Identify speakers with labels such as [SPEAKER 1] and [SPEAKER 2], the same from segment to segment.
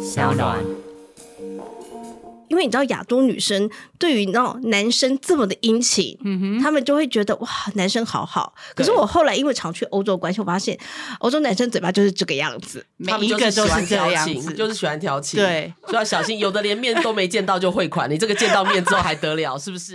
[SPEAKER 1] 小暖。
[SPEAKER 2] 因为你知道亚洲女生对于那种男生这么的殷勤，他们就会觉得哇，男生好好。可是
[SPEAKER 3] 对
[SPEAKER 2] 我后来因为常去欧洲关系，我发现欧洲男生嘴巴就是这个样子，
[SPEAKER 3] 他
[SPEAKER 4] 每
[SPEAKER 3] 们
[SPEAKER 4] 一
[SPEAKER 3] 就
[SPEAKER 4] 个都
[SPEAKER 3] 喜欢
[SPEAKER 4] 是这
[SPEAKER 3] 调
[SPEAKER 4] 样
[SPEAKER 3] 情
[SPEAKER 4] 子，
[SPEAKER 3] 就是喜欢调情，
[SPEAKER 4] 对，
[SPEAKER 3] 所以要小心，有的连面都没见到就汇款，你这个见到面之后还得了，是不是？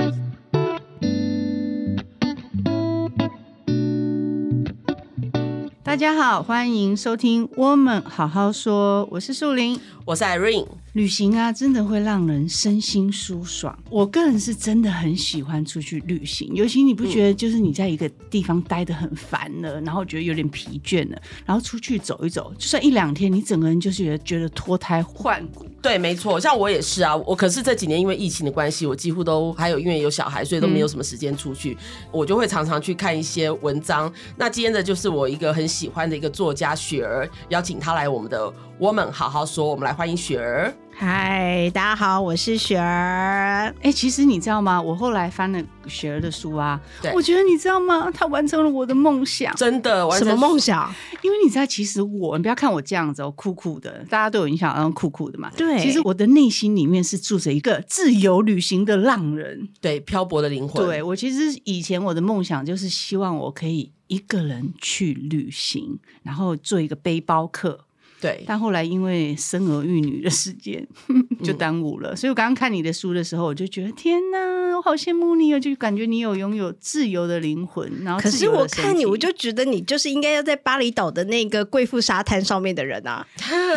[SPEAKER 4] 大家好，欢迎收听《我们好好说》，我是树林。
[SPEAKER 3] 我是 Irene，
[SPEAKER 4] 旅行啊，真的会让人身心舒爽。我个人是真的很喜欢出去旅行，尤其你不
[SPEAKER 3] 嗯
[SPEAKER 4] 觉得就是你在一个地方待得很烦了，然后觉得有点疲倦了，然后出去走一走，就算一两天，你整个人就是觉得觉得脱胎换骨。
[SPEAKER 3] 对，没错，像我也是啊。我可是这几年因为疫情的关系，我几乎都还有因为有小孩，所以都
[SPEAKER 4] 嗯
[SPEAKER 3] 没有什么时间出去。我就会常常去看一些文章。那今天的就是我一个很喜欢的一个作家雪儿，邀请她来我们的《我们好好说》，我们来欢迎雪儿。
[SPEAKER 2] 嗨，大家好，我是雪儿。
[SPEAKER 4] 哎、其实你知道吗？我后来翻了雪儿的书啊
[SPEAKER 3] 对，
[SPEAKER 4] 我觉得你知道吗？她完成了我的梦想。
[SPEAKER 3] 真的，完
[SPEAKER 2] 什
[SPEAKER 3] 成
[SPEAKER 2] 么梦想？
[SPEAKER 4] 因为你知道，其实我，你不要看我这样子哦，酷酷的，大家对我印象好像酷酷的嘛。
[SPEAKER 2] 对
[SPEAKER 4] 其实我的内心里面是住着一个自由旅行的浪人。
[SPEAKER 3] 对漂泊的灵魂。
[SPEAKER 4] 对我其实以前我的梦想就是希望我可以一个人去旅行，然后做一个背包客。
[SPEAKER 3] 对
[SPEAKER 4] 但后来因为生儿育女的时间
[SPEAKER 2] 嗯
[SPEAKER 4] 就耽误了，所以我刚刚看你的书的时候，我就觉得天哪，我好羡慕你哦，就感觉你有拥有自由的灵魂，然后
[SPEAKER 2] 可
[SPEAKER 4] 自
[SPEAKER 2] 是
[SPEAKER 4] 由的
[SPEAKER 2] 我
[SPEAKER 4] 身
[SPEAKER 2] 看你，
[SPEAKER 4] 体
[SPEAKER 2] 我就觉得你就是应该要在巴厘岛的那个贵妇沙滩上面的人啊。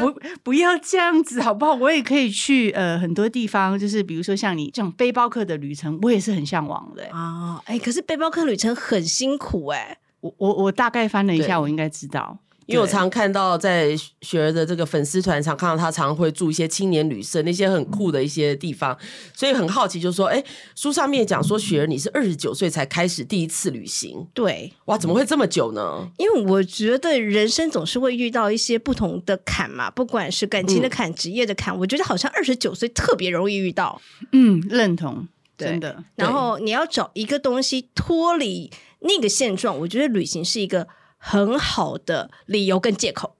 [SPEAKER 4] 不不要这样子好不好？我也可以去呃很多地方，就是比如说像你这种背包客的旅程，我也是很向往的欸、
[SPEAKER 2] 啊，哎，可是背包客旅程很辛苦哎、
[SPEAKER 4] 我我我大概翻了一
[SPEAKER 3] 对
[SPEAKER 4] 下，我应该知道。
[SPEAKER 3] 因为我
[SPEAKER 4] 对
[SPEAKER 3] 常看到在雪儿的这个粉丝团上看到他常会住一些青年旅社，那些很酷的一些地方，所以很好奇，就说，哎，书上面讲说雪儿你是二十九岁才开始第一次旅行，
[SPEAKER 2] 对，
[SPEAKER 3] 哇，怎么会这么久呢？
[SPEAKER 2] 因为我觉得人生总是会遇到一些不同的坎嘛，不管是感情的坎、职业的坎，我觉得好像二十九岁特别容易遇到。
[SPEAKER 4] 嗯，认同，
[SPEAKER 2] 对
[SPEAKER 4] 真的。
[SPEAKER 2] 然后你要找一个东西脱离那个现状，我觉得旅行是一个很好的理由跟借口，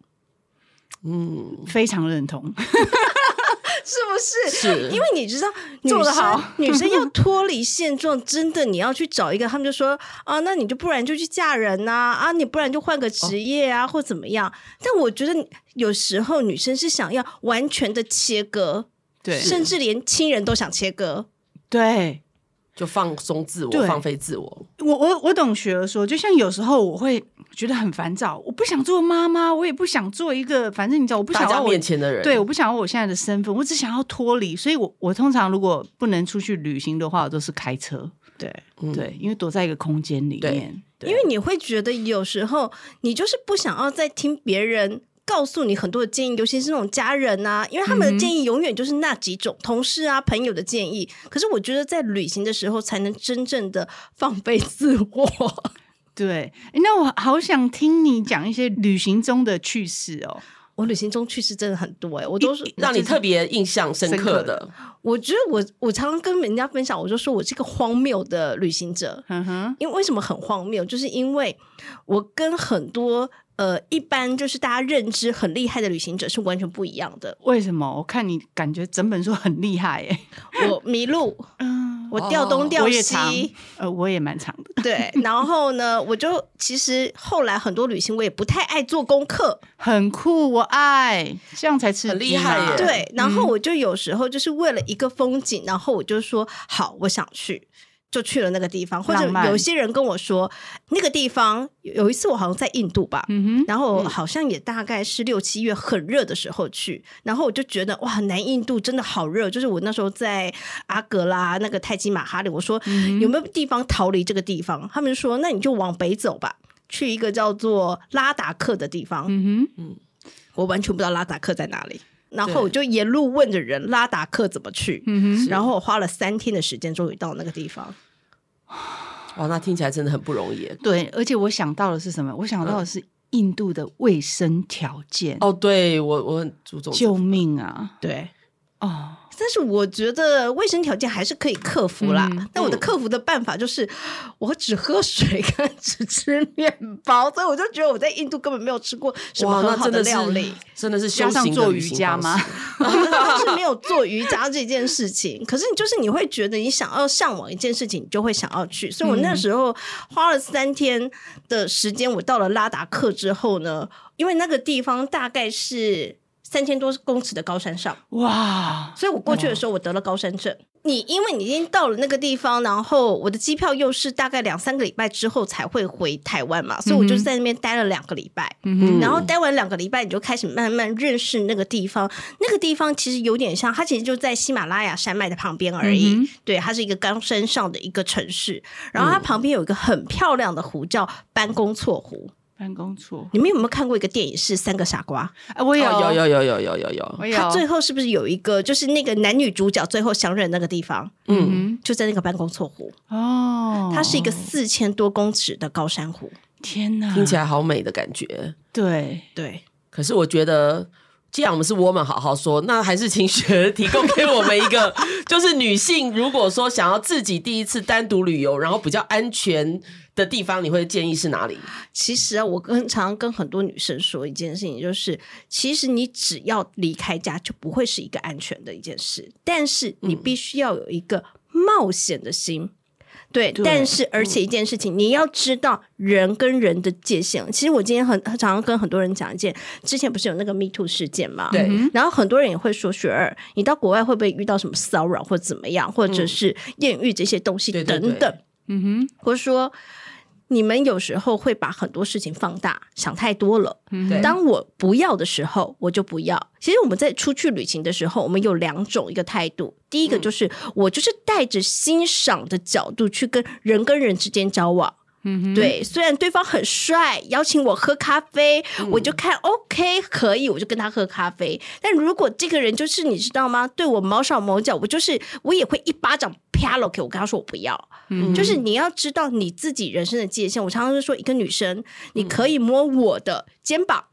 [SPEAKER 3] 嗯，
[SPEAKER 4] 非常认同，
[SPEAKER 2] 是不是？
[SPEAKER 3] 是
[SPEAKER 2] 因为你知道，
[SPEAKER 4] 做得
[SPEAKER 2] 女生
[SPEAKER 4] 好，
[SPEAKER 2] 女生要脱离现状，真的你要去找一个，他们就说啊，那你就不然就去嫁人呐、啊，你不然就换个
[SPEAKER 4] 哦
[SPEAKER 2] 职业啊，或怎么样。但我觉得有时候女生是想要完全的切割，
[SPEAKER 4] 对
[SPEAKER 2] 甚至连亲人都想切割。
[SPEAKER 4] 对。
[SPEAKER 3] 就放松自我，
[SPEAKER 4] 对
[SPEAKER 3] 放飞自我，
[SPEAKER 4] 我我我懂雪儿说，就像有时候我会觉得很烦躁，我不想做妈妈，我也不想做一个，反正你知道，我不
[SPEAKER 3] 大
[SPEAKER 4] 想
[SPEAKER 3] 家
[SPEAKER 4] 要我
[SPEAKER 3] 面前的人，
[SPEAKER 4] 对，我不想要我现在的身份，我只想要脱离。所以我我通常如果不能出去旅行的话，我都是开车。
[SPEAKER 2] 对，
[SPEAKER 3] 嗯
[SPEAKER 4] 对，因为躲在一个空间里
[SPEAKER 3] 对
[SPEAKER 4] 面。
[SPEAKER 2] 因为你会觉得有时候你就是不想要再听别人。告诉你很多的建议，尤其是那种家人啊，因为他
[SPEAKER 3] 嗯
[SPEAKER 2] 们的建议永远就是那几种，同事啊、朋友的建议。可是我觉得在旅行的时候，才能真正的放飞自我。
[SPEAKER 4] 对，诶那我好想听你讲一些旅行中的趣事哦。
[SPEAKER 2] 我旅行中趣事真的很多哎、我都是
[SPEAKER 3] 让你特别印象深刻
[SPEAKER 4] 深刻的
[SPEAKER 3] 的，
[SPEAKER 2] 我觉得我我常常跟人家分享，我就说我是一个荒谬的旅行者，
[SPEAKER 4] 哼嗯哼，
[SPEAKER 2] 因为为什么很荒谬？就是因为我跟很多呃一般就是大家认知很厉害的旅行者是完全不一样的。
[SPEAKER 4] 为什么？我看你感觉整本书很厉 害耶。
[SPEAKER 2] 我迷路，
[SPEAKER 4] 嗯，
[SPEAKER 2] 我掉东掉
[SPEAKER 4] 我也
[SPEAKER 2] 西，
[SPEAKER 4] 长，呃，我也蛮长的。
[SPEAKER 2] 对，然后呢，我就其实后来很多旅行我也不太爱做功课，
[SPEAKER 4] 很酷，我爱，这样才刺激
[SPEAKER 3] 很厉害
[SPEAKER 4] 嘛
[SPEAKER 3] 耶
[SPEAKER 2] 对，然后我就有时候就是为了一个风景，然后我就说好，我想去。就去了那个地方，或者
[SPEAKER 4] 浪漫
[SPEAKER 2] 有一些人跟我说，那个地方有有一次我好像在印度吧，
[SPEAKER 4] 嗯
[SPEAKER 2] 然后好像也大概是六七月很热的时候去，然后我就觉得哇，南印度真的好热。就是我那时候在阿格拉那个泰姬玛哈里，我说、
[SPEAKER 4] 嗯
[SPEAKER 2] 有没有地方逃离这个地方？他们就说那你就往北走吧，去一个叫做拉达克的地方。
[SPEAKER 4] 哼，嗯
[SPEAKER 2] 我完全不知道拉达克在哪里，然
[SPEAKER 3] 对
[SPEAKER 2] 后我就沿路问着人拉达克怎么去。
[SPEAKER 4] 哼，嗯
[SPEAKER 2] 然后我花了三天的时间，终于到那个地方。
[SPEAKER 3] 哇，哦那听起来真的很不容易耶。
[SPEAKER 4] 哼，对，而且我想到的是什么？我想到的是印度的卫生条件。
[SPEAKER 3] 哦哦，对我我很注重这个
[SPEAKER 4] 救命啊！
[SPEAKER 2] 对，
[SPEAKER 4] 哦，
[SPEAKER 2] 但是我觉得卫生条件还是可以克服啦。
[SPEAKER 4] 嗯
[SPEAKER 2] 但我的克服的办法就是，我只喝水跟 只吃面包，所以我就觉得我在印度根本没有吃过什么
[SPEAKER 3] 哇，那
[SPEAKER 2] 很好
[SPEAKER 3] 真的是
[SPEAKER 2] 料理。
[SPEAKER 3] 真的是
[SPEAKER 4] 加
[SPEAKER 3] 修
[SPEAKER 4] 上
[SPEAKER 3] 行
[SPEAKER 4] 做
[SPEAKER 3] 的
[SPEAKER 4] 瑜
[SPEAKER 3] 旅行
[SPEAKER 4] 伽
[SPEAKER 3] 方
[SPEAKER 4] 吗
[SPEAKER 3] 式？？
[SPEAKER 2] 我真的是没有做瑜伽这件事情，可是你就是你会觉得你想要向往一件事情，你就会想要去。所以我那时候花了三天的时间，我到了拉达克之后呢，因为那个地方大概是三千多公尺的高山上，
[SPEAKER 4] 哇，
[SPEAKER 2] 所以我过去的时候我得了高山症。你因为你已经到了那个地方，然后我的机票又是大概两三个礼拜之后才会回台湾嘛，所以我就在那边待了两个礼拜。
[SPEAKER 3] 嗯
[SPEAKER 2] 然后待完两个礼拜，你就开始慢慢认识那个地方。那个地方其实有点像，它其实就在喜马拉雅山脉的旁边而已。
[SPEAKER 4] 嗯
[SPEAKER 2] 对，它是一个高山上的一个城市，然后它旁边有一个很漂亮的湖，叫班公错湖。
[SPEAKER 4] 办公处，
[SPEAKER 2] 你们有没有看过一个电影是《三个傻瓜》？
[SPEAKER 4] 哎，我有
[SPEAKER 3] 哦有，有有有有有有
[SPEAKER 4] 我，有，嗯
[SPEAKER 2] 它最后是不是有一个，就是那个男女主角最后相认那个地方，
[SPEAKER 3] 嗯，
[SPEAKER 4] 嗯
[SPEAKER 2] 就在那个班公错湖？
[SPEAKER 4] 哦，
[SPEAKER 2] 它是一个四千多公尺的高山湖。
[SPEAKER 4] 天哪，
[SPEAKER 3] 听起来好美的感觉。
[SPEAKER 4] 对，
[SPEAKER 2] 对，
[SPEAKER 3] 可是我觉得，既然我们是 woman，好好说，那还是请雪儿提供给我们一 个，就是女性如果说想要自己第一次单独旅游，然后比较安全的地方，你会建议是哪里？
[SPEAKER 2] 其实啊，我跟常跟很多女生说一件事情，就是其实你只要离开家，就不会是一个安全的一件事，但是你必须要有一个冒险的心。对，
[SPEAKER 4] 对
[SPEAKER 2] 但是而且一件事情，你要知道人跟人的界限。其实我今天很很常跟很多人讲一件，之前不是有那个 Me Too 事件嘛？
[SPEAKER 3] 对
[SPEAKER 4] 嗯
[SPEAKER 2] 然后很多人也会说，雪儿，你到国外会不会遇到什么骚扰或怎么样，或者是艳遇这些东西
[SPEAKER 3] 嗯对
[SPEAKER 2] 等
[SPEAKER 3] 对
[SPEAKER 2] 等，
[SPEAKER 3] 对
[SPEAKER 4] 嗯
[SPEAKER 2] 或者说你们有时候会把很多事情放大，想太多了。
[SPEAKER 4] 嗯哼，
[SPEAKER 3] 对
[SPEAKER 2] 当我不要的时候，我就不要。其实我们在出去旅行的时候，我们有两种一个态度，第一
[SPEAKER 3] 嗯
[SPEAKER 2] 个就是、我就是带着欣赏的角度去跟人跟人之间交往。
[SPEAKER 4] 嗯哼，
[SPEAKER 2] 对，虽然对方很帅，邀请我喝咖啡，
[SPEAKER 4] 嗯
[SPEAKER 2] 我就看 OK 可以，我就跟他喝咖啡。但如果这个人就是你知道吗，对我毛手毛脚，我就是我也会一巴掌啪了给我，跟他说我不要。
[SPEAKER 4] 嗯
[SPEAKER 2] 就是你要知道你自己人生的界限。我常常就说，一个女生你
[SPEAKER 4] 嗯
[SPEAKER 2] 可以摸我的肩膀，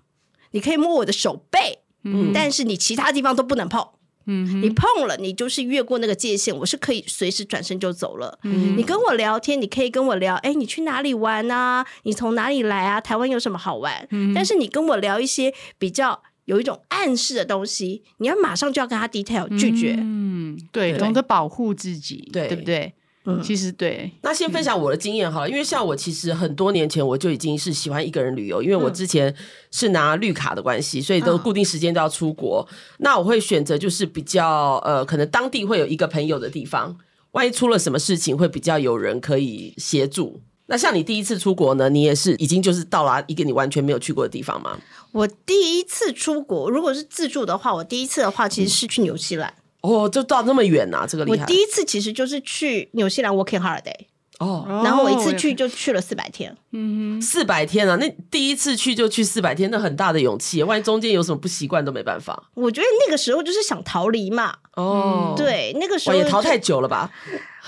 [SPEAKER 2] 你可以摸我的手背，
[SPEAKER 4] 嗯
[SPEAKER 2] 但是你其他地方都不能碰。
[SPEAKER 4] 嗯哼
[SPEAKER 2] 你碰了，你就是越过那个界限，我是可以随时转身就走了。
[SPEAKER 4] 嗯
[SPEAKER 2] 你跟我聊天，你可以跟我聊，哎，你去哪里玩啊？你从哪里来啊？台湾有什么好玩？但是你跟我聊一些比较有一种暗示的东西，你要马上就要跟他 detail 拒绝。
[SPEAKER 4] 嗯，对，
[SPEAKER 3] 对
[SPEAKER 4] 懂得保护自己，
[SPEAKER 3] 对
[SPEAKER 4] 对不对？
[SPEAKER 2] 嗯
[SPEAKER 4] 其实对，
[SPEAKER 3] 那先分享我的经验好了，因为像我其实很多年前我就已经是喜欢一个人旅游，因为我之前是拿绿卡的关系，所以都
[SPEAKER 2] 嗯
[SPEAKER 3] 固定时间都要出国。那我会选择就是比较呃，可能当地会有一个朋友的地方，万一出了什么事情，会比较有人可以协助。那像你第一次出国呢，你也是已经就是到了一个你完全没有去过的地方吗？
[SPEAKER 2] 我第一次出国，如果是自助的话，我第一次的话其实是去纽西兰。
[SPEAKER 3] 哦，就到那么远呐、这个厉
[SPEAKER 2] 我
[SPEAKER 3] 害
[SPEAKER 2] 第一次其实就是去纽西兰 working holiday，、
[SPEAKER 3] 哦，
[SPEAKER 2] 然后我一
[SPEAKER 4] 哦
[SPEAKER 2] 次去，就去了四百天。
[SPEAKER 4] 嗯哼，
[SPEAKER 3] 四百天啊！那第一次去就去四百天，那很大的勇气，万一中间有什么不习惯都没办法
[SPEAKER 2] 我觉得那个时候就是想逃离嘛，
[SPEAKER 3] 哦。。
[SPEAKER 2] 嗯对，那个时
[SPEAKER 3] 我
[SPEAKER 2] 候
[SPEAKER 3] 也淘
[SPEAKER 2] 就
[SPEAKER 3] 汰久了吧？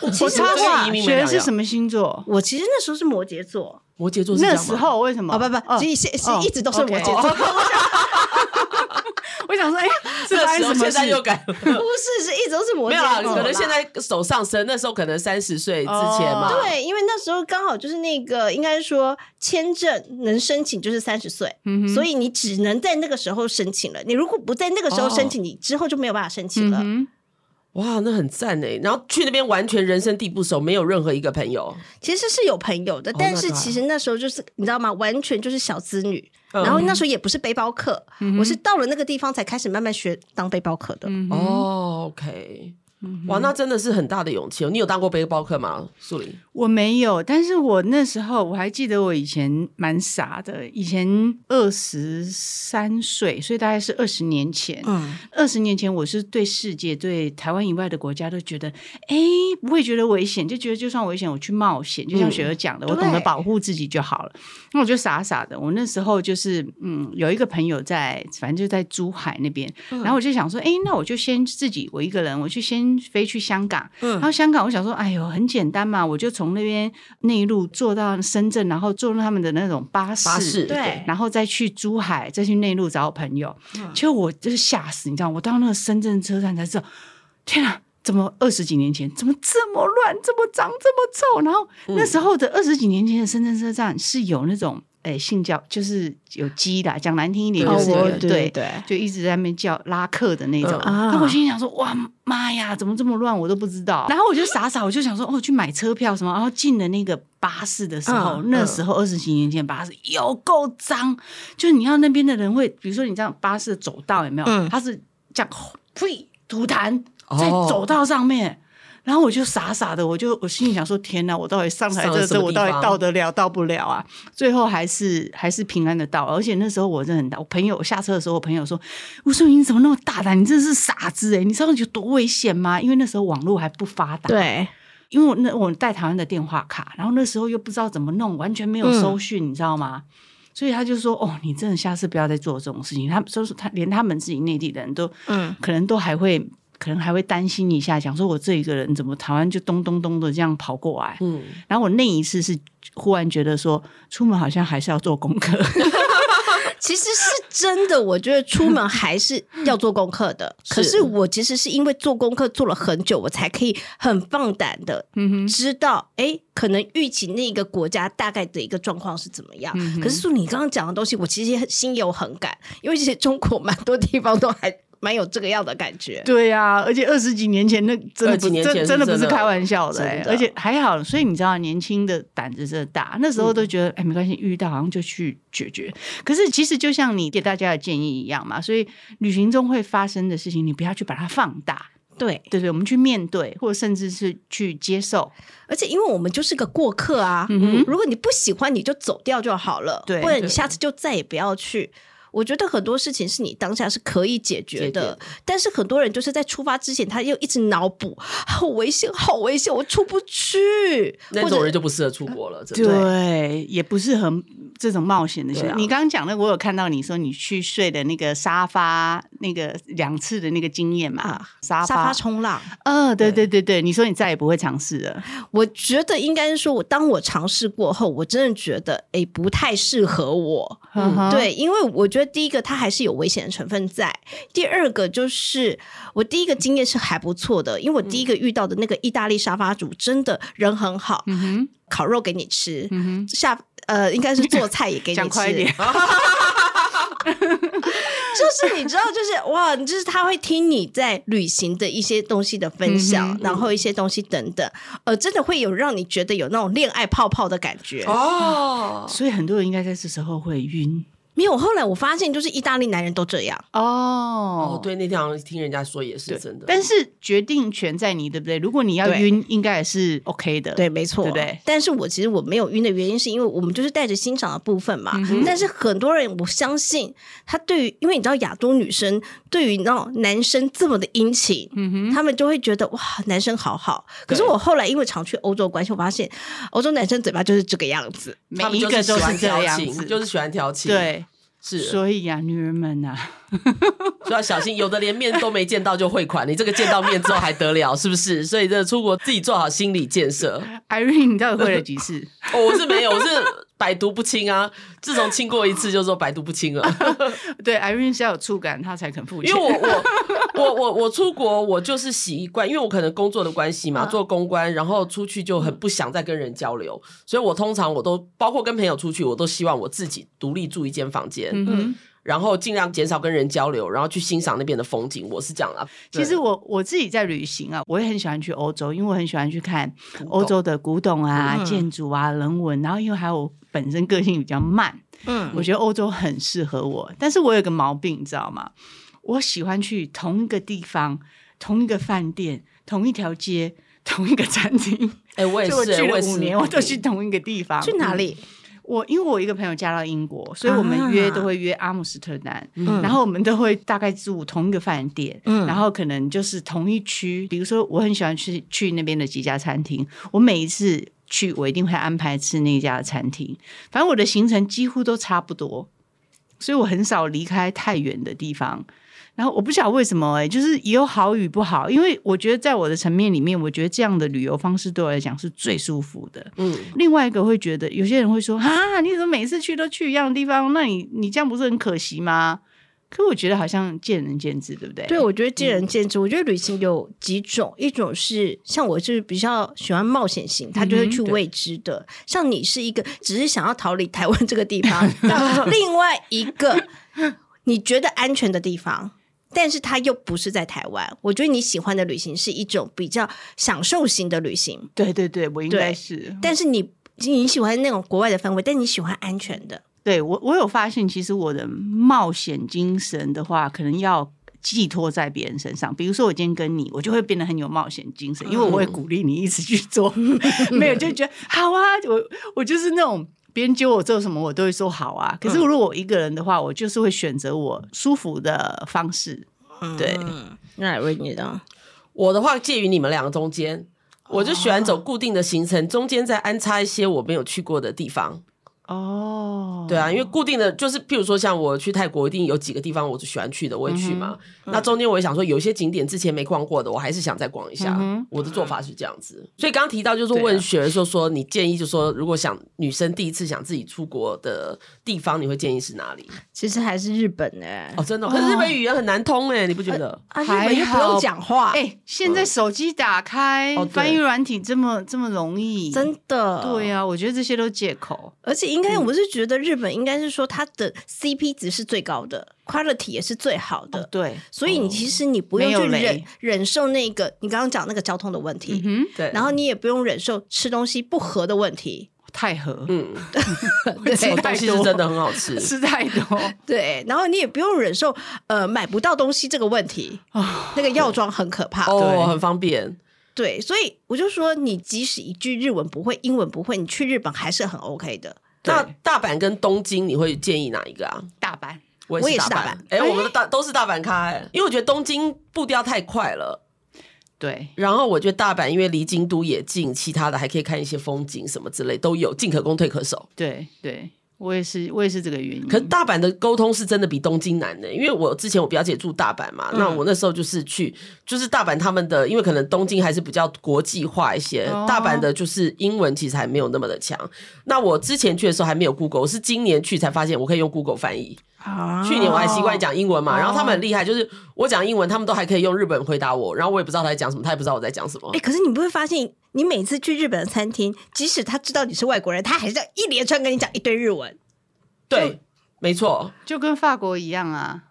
[SPEAKER 2] 我其
[SPEAKER 4] 我
[SPEAKER 2] 实
[SPEAKER 4] 哦插
[SPEAKER 2] 就是
[SPEAKER 4] 话
[SPEAKER 3] 移，民没
[SPEAKER 4] 学的
[SPEAKER 3] 两
[SPEAKER 4] 是
[SPEAKER 3] 样
[SPEAKER 4] 什么星座？
[SPEAKER 2] 我其实那时候是摩羯座，
[SPEAKER 3] 摩羯座是这
[SPEAKER 4] 那
[SPEAKER 3] 样吗
[SPEAKER 4] 时 候为什么？
[SPEAKER 2] 哦不
[SPEAKER 4] 嗯
[SPEAKER 2] 不，其实是
[SPEAKER 4] 哦
[SPEAKER 2] 一直都是摩羯
[SPEAKER 4] OK
[SPEAKER 2] 座，
[SPEAKER 4] 我想说，哎，
[SPEAKER 3] 这
[SPEAKER 4] 是
[SPEAKER 3] 个
[SPEAKER 4] 发
[SPEAKER 3] 时
[SPEAKER 4] 生
[SPEAKER 3] 候
[SPEAKER 4] 什
[SPEAKER 3] 现
[SPEAKER 4] 么
[SPEAKER 3] 在
[SPEAKER 4] 事？嗯
[SPEAKER 3] 又 改了，
[SPEAKER 2] 不是是一直都是摩
[SPEAKER 3] 没有啦，
[SPEAKER 2] 羯座 啦。
[SPEAKER 3] 可能现在手上升，那时候可能三十岁之前嘛。
[SPEAKER 4] 哦
[SPEAKER 2] 对，因为那时候刚好就是那个，应该说签证能申请就是三十岁，
[SPEAKER 4] 嗯哼
[SPEAKER 2] 所以你只能在那个时候申请了。你如果不在那个时候申请，你之后就没有办法申请
[SPEAKER 4] 嗯
[SPEAKER 3] 哦
[SPEAKER 2] 了。
[SPEAKER 4] 哼，
[SPEAKER 3] 哇，那很赞哎！然后去那边完全人生地不熟，没有任何一个朋友。
[SPEAKER 2] 其实是有朋友的，但
[SPEAKER 3] 哦那
[SPEAKER 2] 是
[SPEAKER 3] 当然
[SPEAKER 2] 其实那时候就是你知道吗？完全就是小资女，
[SPEAKER 3] 嗯
[SPEAKER 2] 然后那时候也不是背包客，我是到了那个地方才开始慢慢学当背包客的。
[SPEAKER 4] 嗯哼，
[SPEAKER 3] 哦，OK，哇，
[SPEAKER 4] 嗯
[SPEAKER 3] 那真的是很大的勇气哦。你有当过背包客吗，素林？
[SPEAKER 4] 我没有，但是我那时候我还记得我以前蛮傻的，以前二十三岁，所以大概是二十年前，
[SPEAKER 2] 嗯，
[SPEAKER 4] 二十年前，我是对世界、对台湾以外的国家都觉得，哎，不会觉得危险，就觉得就算危险，我去冒险。就像雪儿讲的，我懂
[SPEAKER 2] 嗯
[SPEAKER 4] 得
[SPEAKER 2] 对
[SPEAKER 4] 保护自己就好了。那我就傻傻的，我那时候就是，嗯，有一个朋
[SPEAKER 2] 嗯
[SPEAKER 4] 友在，反正就在珠海那边，然后我就想说，哎，那我就先自己，我一个人，我就先先飞去香港，
[SPEAKER 2] 嗯
[SPEAKER 4] 然后香港我想说，哎呦，很简单嘛，我就从那边内陆坐到深圳，然后坐他们的那种巴士，
[SPEAKER 3] 巴士
[SPEAKER 2] 对
[SPEAKER 4] 然后再去珠海，再去内陆找我朋友。
[SPEAKER 2] 嗯
[SPEAKER 4] 结果我就是吓死，你知道，我到那个深圳车站才知道，天啊！怎么二十几年前怎么这么乱，怎么长这么臭？然后那时候的
[SPEAKER 2] 嗯
[SPEAKER 4] 二十几年前的深圳车站是有那种诶、性交，就是有鸡的，讲难听一点
[SPEAKER 3] 哦
[SPEAKER 4] 就是有、
[SPEAKER 3] 我
[SPEAKER 2] 对对对
[SPEAKER 4] 就一直在那边叫拉客的那种。
[SPEAKER 3] 嗯
[SPEAKER 2] 啊
[SPEAKER 4] 那、我心里想说，哇妈呀，怎么这么乱，我都不知
[SPEAKER 3] 嗯
[SPEAKER 4] 道。然后我就傻傻，我就想说，哦，去买车票什么，然后进了那个巴士的时候，
[SPEAKER 2] 嗯
[SPEAKER 4] 那时候二十几年前巴士有够脏，就是你要那边的人会，比如说你这样巴士的走道有没有？
[SPEAKER 2] 嗯
[SPEAKER 4] 它是这样，呸，吐痰
[SPEAKER 3] 哦
[SPEAKER 4] 在走道上面。然后我就傻傻的，我就我心里想说：天哪，我到底上台
[SPEAKER 3] 上了
[SPEAKER 4] 这
[SPEAKER 3] 什
[SPEAKER 4] 这
[SPEAKER 3] 么
[SPEAKER 4] 我到
[SPEAKER 3] 地方
[SPEAKER 4] 底到得了到不了啊？最后还是还是平安的到，而且那时候我真的很大，我朋友我下车的时候，我朋友说：“吴淑云你怎么那么大胆？你真的是傻子哎、你知道有多危险吗？因为那时候网络还不发达，，
[SPEAKER 2] 对，
[SPEAKER 4] 因为我那我带台湾的电话卡，然后那时候又不知道怎么弄，完全没有搜讯，你知道吗？所以他就说：“哦，你真的下次不要再做这种事情。”他们就是他连他们自己内地的人都，
[SPEAKER 2] 嗯，
[SPEAKER 4] 可能都还会，可能还会担心一下，想说我这一个人怎么台湾就咚咚咚的这样跑过来。
[SPEAKER 3] 嗯，
[SPEAKER 4] 然后我那一次是忽然觉得说，出门好像还是要做功课。
[SPEAKER 2] 其实是真的，我觉得出门还是要做功课的。
[SPEAKER 3] 是
[SPEAKER 2] 可是我其实是因为做功课做了很久，我才可以很放胆的知道，哎、可能预期那个国家大概的一个状况是怎么样。可是说你刚刚讲的东西，我其实也很心有很感，因为其实中国蛮多地方都还蛮有这个样的感
[SPEAKER 3] 欸
[SPEAKER 2] 觉。
[SPEAKER 4] 对呀、而且二十几年前那真的
[SPEAKER 3] 20
[SPEAKER 4] 不
[SPEAKER 3] 年
[SPEAKER 4] 真
[SPEAKER 3] 前是
[SPEAKER 4] 真的不
[SPEAKER 3] 真
[SPEAKER 4] 是
[SPEAKER 3] 的
[SPEAKER 4] 开玩笑的,、欸
[SPEAKER 3] 真的
[SPEAKER 4] 而且还好，所以你知道年轻的胆子真的大，那
[SPEAKER 3] 嗯
[SPEAKER 4] 时候都觉得哎、没关系，遇到好像就去解决。可是其实就像你给大家的建议一样嘛，所以旅行中会发生的事情，你不要去把它放大，
[SPEAKER 2] 对，
[SPEAKER 4] 对不对？我们去面对，或者甚至是去接受。
[SPEAKER 2] 而且因为我们就是个过客啊，
[SPEAKER 4] 哼
[SPEAKER 2] 如果你不喜欢，你就走掉就好了，
[SPEAKER 4] 对
[SPEAKER 2] 或者你下次就再也不要去。我觉得很多事情是你当下是可以解决的，
[SPEAKER 3] 解决的
[SPEAKER 2] 但是很多人就是在出发之前，他又一直脑补，啊好危险，好危险，我出不去，
[SPEAKER 3] 那种人
[SPEAKER 2] 就
[SPEAKER 3] 就不适合出国了，真的。
[SPEAKER 4] 对，也不适合这种冒险的事。
[SPEAKER 3] 对啊
[SPEAKER 4] 你刚刚讲的，我有看到你说你去睡的那个沙发，那个两次的那个经验嘛，
[SPEAKER 2] 啊
[SPEAKER 4] 沙
[SPEAKER 2] 沙发冲浪。
[SPEAKER 4] 呃，对对对对，你说你再也不会尝试了，
[SPEAKER 2] 我觉得应该是说，我当我尝试过后，我真的觉得，哎，不太适合我。
[SPEAKER 4] 嗯哼，
[SPEAKER 2] 对，因为我觉得第一个它还是有危险的成分在，第二个就是我第一个经验是还不错的，因为我第一个遇到的那个意大利沙发主真的人很好，
[SPEAKER 4] 嗯哼，
[SPEAKER 2] 烤肉给你吃，
[SPEAKER 4] 嗯
[SPEAKER 2] 下呃应该是做菜也给
[SPEAKER 4] 哼，
[SPEAKER 2] 你吃，
[SPEAKER 4] 讲快一点，
[SPEAKER 2] 就是你知道，就是哇，就是他会听你在旅行的一些东西的
[SPEAKER 4] 嗯
[SPEAKER 2] 分享，然后一些东西等等，呃，真的会有让你觉得有那种恋爱泡泡的感觉。
[SPEAKER 3] 哦，
[SPEAKER 4] 所以很多人应该在这时候会晕
[SPEAKER 2] 没有，后来我发现就是意大利男人都这样，
[SPEAKER 4] 哦
[SPEAKER 3] 哦，。对，那天好像听人家说也是真的，
[SPEAKER 4] 但是决定权在你，对不对？如果你要
[SPEAKER 2] 对
[SPEAKER 4] 晕，应该也是 OK 的。
[SPEAKER 2] 对，，没错，
[SPEAKER 4] 对不对
[SPEAKER 2] 但是我其实我没有晕的原因，是因为我们就是带着欣赏的部分
[SPEAKER 4] 嗯
[SPEAKER 2] 嘛。但是很多人，我相信他对于，因为你知道亚洲女生对于那种男生这么的殷勤，
[SPEAKER 4] 嗯
[SPEAKER 2] 他们就会觉得哇，男生好好。可是
[SPEAKER 3] 对
[SPEAKER 2] 我后来因为常去欧洲的关系，我发现欧洲男生嘴巴就是这个样子。
[SPEAKER 4] 每
[SPEAKER 3] 他们
[SPEAKER 4] 一
[SPEAKER 3] 就
[SPEAKER 4] 个
[SPEAKER 3] 喜
[SPEAKER 4] 都
[SPEAKER 3] 欢
[SPEAKER 4] 是这
[SPEAKER 3] 调
[SPEAKER 4] 样
[SPEAKER 3] 情
[SPEAKER 4] 子，
[SPEAKER 3] 就是喜欢调情，，
[SPEAKER 4] 对。
[SPEAKER 3] 是，所
[SPEAKER 4] 所以呀、女人们啊呐、
[SPEAKER 3] 以要小心，有的连面都没见到就汇款，你这个见到面之后还得了，是不是？ 所以这出国自己做好心理建设。
[SPEAKER 4] i r e n e 你到底会了几次？
[SPEAKER 3] 哦，我是没有，我是百毒不侵啊，自从亲过一次就说百毒不侵了。
[SPEAKER 4] 啊对 i r e n e 是要有触感，她才肯付钱。
[SPEAKER 3] 因为我我我我我出国，我就是习惯，因为我可能工作的关
[SPEAKER 4] 啊
[SPEAKER 3] 系嘛，做公关，然后出去就很不想再跟人交流，所以我通常我都包括跟朋友出去，我都希望我自己独立住一间房间，
[SPEAKER 4] 嗯哼，
[SPEAKER 3] 然后尽量减少跟人交流，然后去欣赏那边的风景。我是这样啊，
[SPEAKER 4] 其实
[SPEAKER 3] 对
[SPEAKER 4] 我我自己在旅行啊，我也很喜欢去欧洲，因为我很喜欢去看欧洲的古董啊、建筑啊、人文。然后因为还有我本身个性比较慢，
[SPEAKER 2] 嗯，
[SPEAKER 4] 我觉得欧洲很适合我。但是我有个毛病，你知道吗？我喜欢去同一个地方、同一个饭店、同一条街、同一个餐厅。
[SPEAKER 3] 哎、我也
[SPEAKER 4] 所以我
[SPEAKER 3] 是、
[SPEAKER 4] 去
[SPEAKER 3] 哎我
[SPEAKER 4] 了
[SPEAKER 3] 也是，
[SPEAKER 4] 五年，我都去同一个地方。
[SPEAKER 2] 去哪
[SPEAKER 4] 嗯
[SPEAKER 2] 里？
[SPEAKER 4] 我因为我一个朋友嫁到英国，所以我们约都会约阿姆斯特丹，
[SPEAKER 2] 啊嗯
[SPEAKER 4] 然后我们都会大概住同一个饭店，
[SPEAKER 2] 嗯
[SPEAKER 4] 然后可能就是同一区。比如说，我很喜欢去去那边的几家餐厅，我每一次去，我一定会安排吃那家的餐厅。反正我的行程几乎都差不多，所以我很少离开太远的地方。然后我不晓得为什么哎、就是也有好与不好，因为我觉得在我的层面里面，我觉得这样的旅游方式对我来讲是最舒服的。
[SPEAKER 3] 嗯，
[SPEAKER 4] 另外一个会觉得，有些人会说啊，你怎么每次去都去一样的地方？那你你这样不是很可惜吗？可我觉得好像见仁见智，对不对？
[SPEAKER 2] 对，我觉得
[SPEAKER 4] 嗯
[SPEAKER 2] 见仁见智。我觉得旅行有几种，一种是像我就是比较喜欢冒险型，他就会
[SPEAKER 4] 嗯哼
[SPEAKER 2] 去
[SPEAKER 4] 对
[SPEAKER 2] 未知的。像你是一个只是想要逃离台湾这个地 方，到另外一个你觉得安全的地方。但是它又不是在台湾，我觉得你喜欢的旅行是一种比较享受型的旅行，
[SPEAKER 4] 对对对，我应
[SPEAKER 2] 对
[SPEAKER 4] 该是。
[SPEAKER 2] 但是你你喜欢那种国外的氛围，但你喜欢安全的，
[SPEAKER 4] 对我，我有发现，其实我的冒险精神的话，可能要寄托在别人身上。比如说，我今天跟你，我就会变得很有冒险精神，因为我
[SPEAKER 3] 嗯
[SPEAKER 4] 会鼓励你一直去做。 没有，就 觉得好啊，我我就是那种。别人揪我做什么，我都会说好啊。
[SPEAKER 3] 嗯
[SPEAKER 4] 可是如果我一个人的话，我就是会选择我舒服的方式。
[SPEAKER 3] 嗯
[SPEAKER 4] 对，
[SPEAKER 2] 那也为你的
[SPEAKER 3] 我的话介于你们两个中间，
[SPEAKER 4] 哦
[SPEAKER 3] 我就喜欢走固定的行程，中间再安插一些我没有去过的地方。
[SPEAKER 4] 哦，
[SPEAKER 3] 对啊，因为固定的就是，譬如说像我去泰国，一定有几个地方我是喜欢去的，我会
[SPEAKER 4] 嗯
[SPEAKER 3] 去嘛。那中间我也想说，有一些景点之前没逛过的，我还是想再逛一下。
[SPEAKER 4] 嗯
[SPEAKER 3] 我的做法是这样子。所以刚刚提到就是
[SPEAKER 4] 对啊
[SPEAKER 3] 问雪儿说说，你建议就说，如果想女生第一次想自己出国的地方，你会建议是哪里？
[SPEAKER 2] 其实还是日本呢、
[SPEAKER 4] 欸
[SPEAKER 3] 哦，真的哦，可是日本语言很难通哎，你不觉得？
[SPEAKER 2] 啊，日本又不
[SPEAKER 4] 还
[SPEAKER 2] 用
[SPEAKER 4] 好
[SPEAKER 2] 讲话，
[SPEAKER 4] 哎、现在手机打开、
[SPEAKER 3] 嗯哦对
[SPEAKER 4] 翻译软体这么这么容易，
[SPEAKER 2] 真的，
[SPEAKER 4] 对呀、啊，我觉得这些都借口。
[SPEAKER 2] 而且应该
[SPEAKER 4] 嗯
[SPEAKER 2] 我是觉得日本应该是说它的 CP 值是最高的，quality 也是最好的。
[SPEAKER 4] 哦对，
[SPEAKER 2] 所以你其实你不用
[SPEAKER 4] 没有
[SPEAKER 2] 去忍
[SPEAKER 4] 雷
[SPEAKER 2] 忍受那个你刚刚讲那个交通的问题，
[SPEAKER 4] 嗯，
[SPEAKER 3] 对，
[SPEAKER 2] 然后你也不用忍受吃东西不合的问题，
[SPEAKER 4] 太合，
[SPEAKER 3] 嗯，
[SPEAKER 4] 吃
[SPEAKER 3] 我哦
[SPEAKER 4] 太
[SPEAKER 3] 东西 是
[SPEAKER 4] 多。
[SPEAKER 3] 真的很好吃
[SPEAKER 4] 吃太多，
[SPEAKER 2] 对，然后你也不用忍受呃买不到东西这个问题，
[SPEAKER 4] 哦
[SPEAKER 2] 那个药妆很可怕，
[SPEAKER 3] 哦，
[SPEAKER 4] 对
[SPEAKER 3] 很方便。
[SPEAKER 2] 对，所以我就说你即使一句日文不会、英文不会，你去日本还是很 OK 的。
[SPEAKER 3] 那
[SPEAKER 4] 对
[SPEAKER 3] 大阪跟东京，你会建议哪一个啊？
[SPEAKER 4] 大阪
[SPEAKER 3] 我
[SPEAKER 2] 我也
[SPEAKER 3] 也
[SPEAKER 2] 是
[SPEAKER 3] 是
[SPEAKER 2] 大
[SPEAKER 3] 大
[SPEAKER 2] 阪
[SPEAKER 3] 阪，哎、我们的大都是大阪咖、哎，因为我觉得东京步调太快了，
[SPEAKER 4] 对。
[SPEAKER 3] 然后我觉得大阪因为离京都也近，其他的还可以看一些风景什么之类都有，进可攻退可守。
[SPEAKER 4] 对对，我也是，我也是这个原因。
[SPEAKER 3] 可是大阪的沟通是真的比东京难的、因为我之前我表姐住大阪嘛，
[SPEAKER 4] 嗯
[SPEAKER 3] 那我那时候就是去，就是大阪他们的，因为可能东京还是比较国际化一些，
[SPEAKER 4] 哦
[SPEAKER 3] 大阪的就是英文其实还没有那么的强。那我之前去的时候还没有 Google，我是今年去才发现我可以用 Google 翻译。
[SPEAKER 2] 啊
[SPEAKER 3] 去年我还习惯讲英文嘛，
[SPEAKER 4] 哦
[SPEAKER 3] 然后他们很厉害，就是我讲英文，他们都还可以用日本回答我，然后我也不知道他在讲什么，他也不知道我在讲什么
[SPEAKER 2] 哎、。可是你不会发现，你每次去日本的餐厅，即使他知道你是外国人，他还是要一连串跟你讲一堆日文。
[SPEAKER 3] 对，没错，
[SPEAKER 4] 就跟法国一样啊，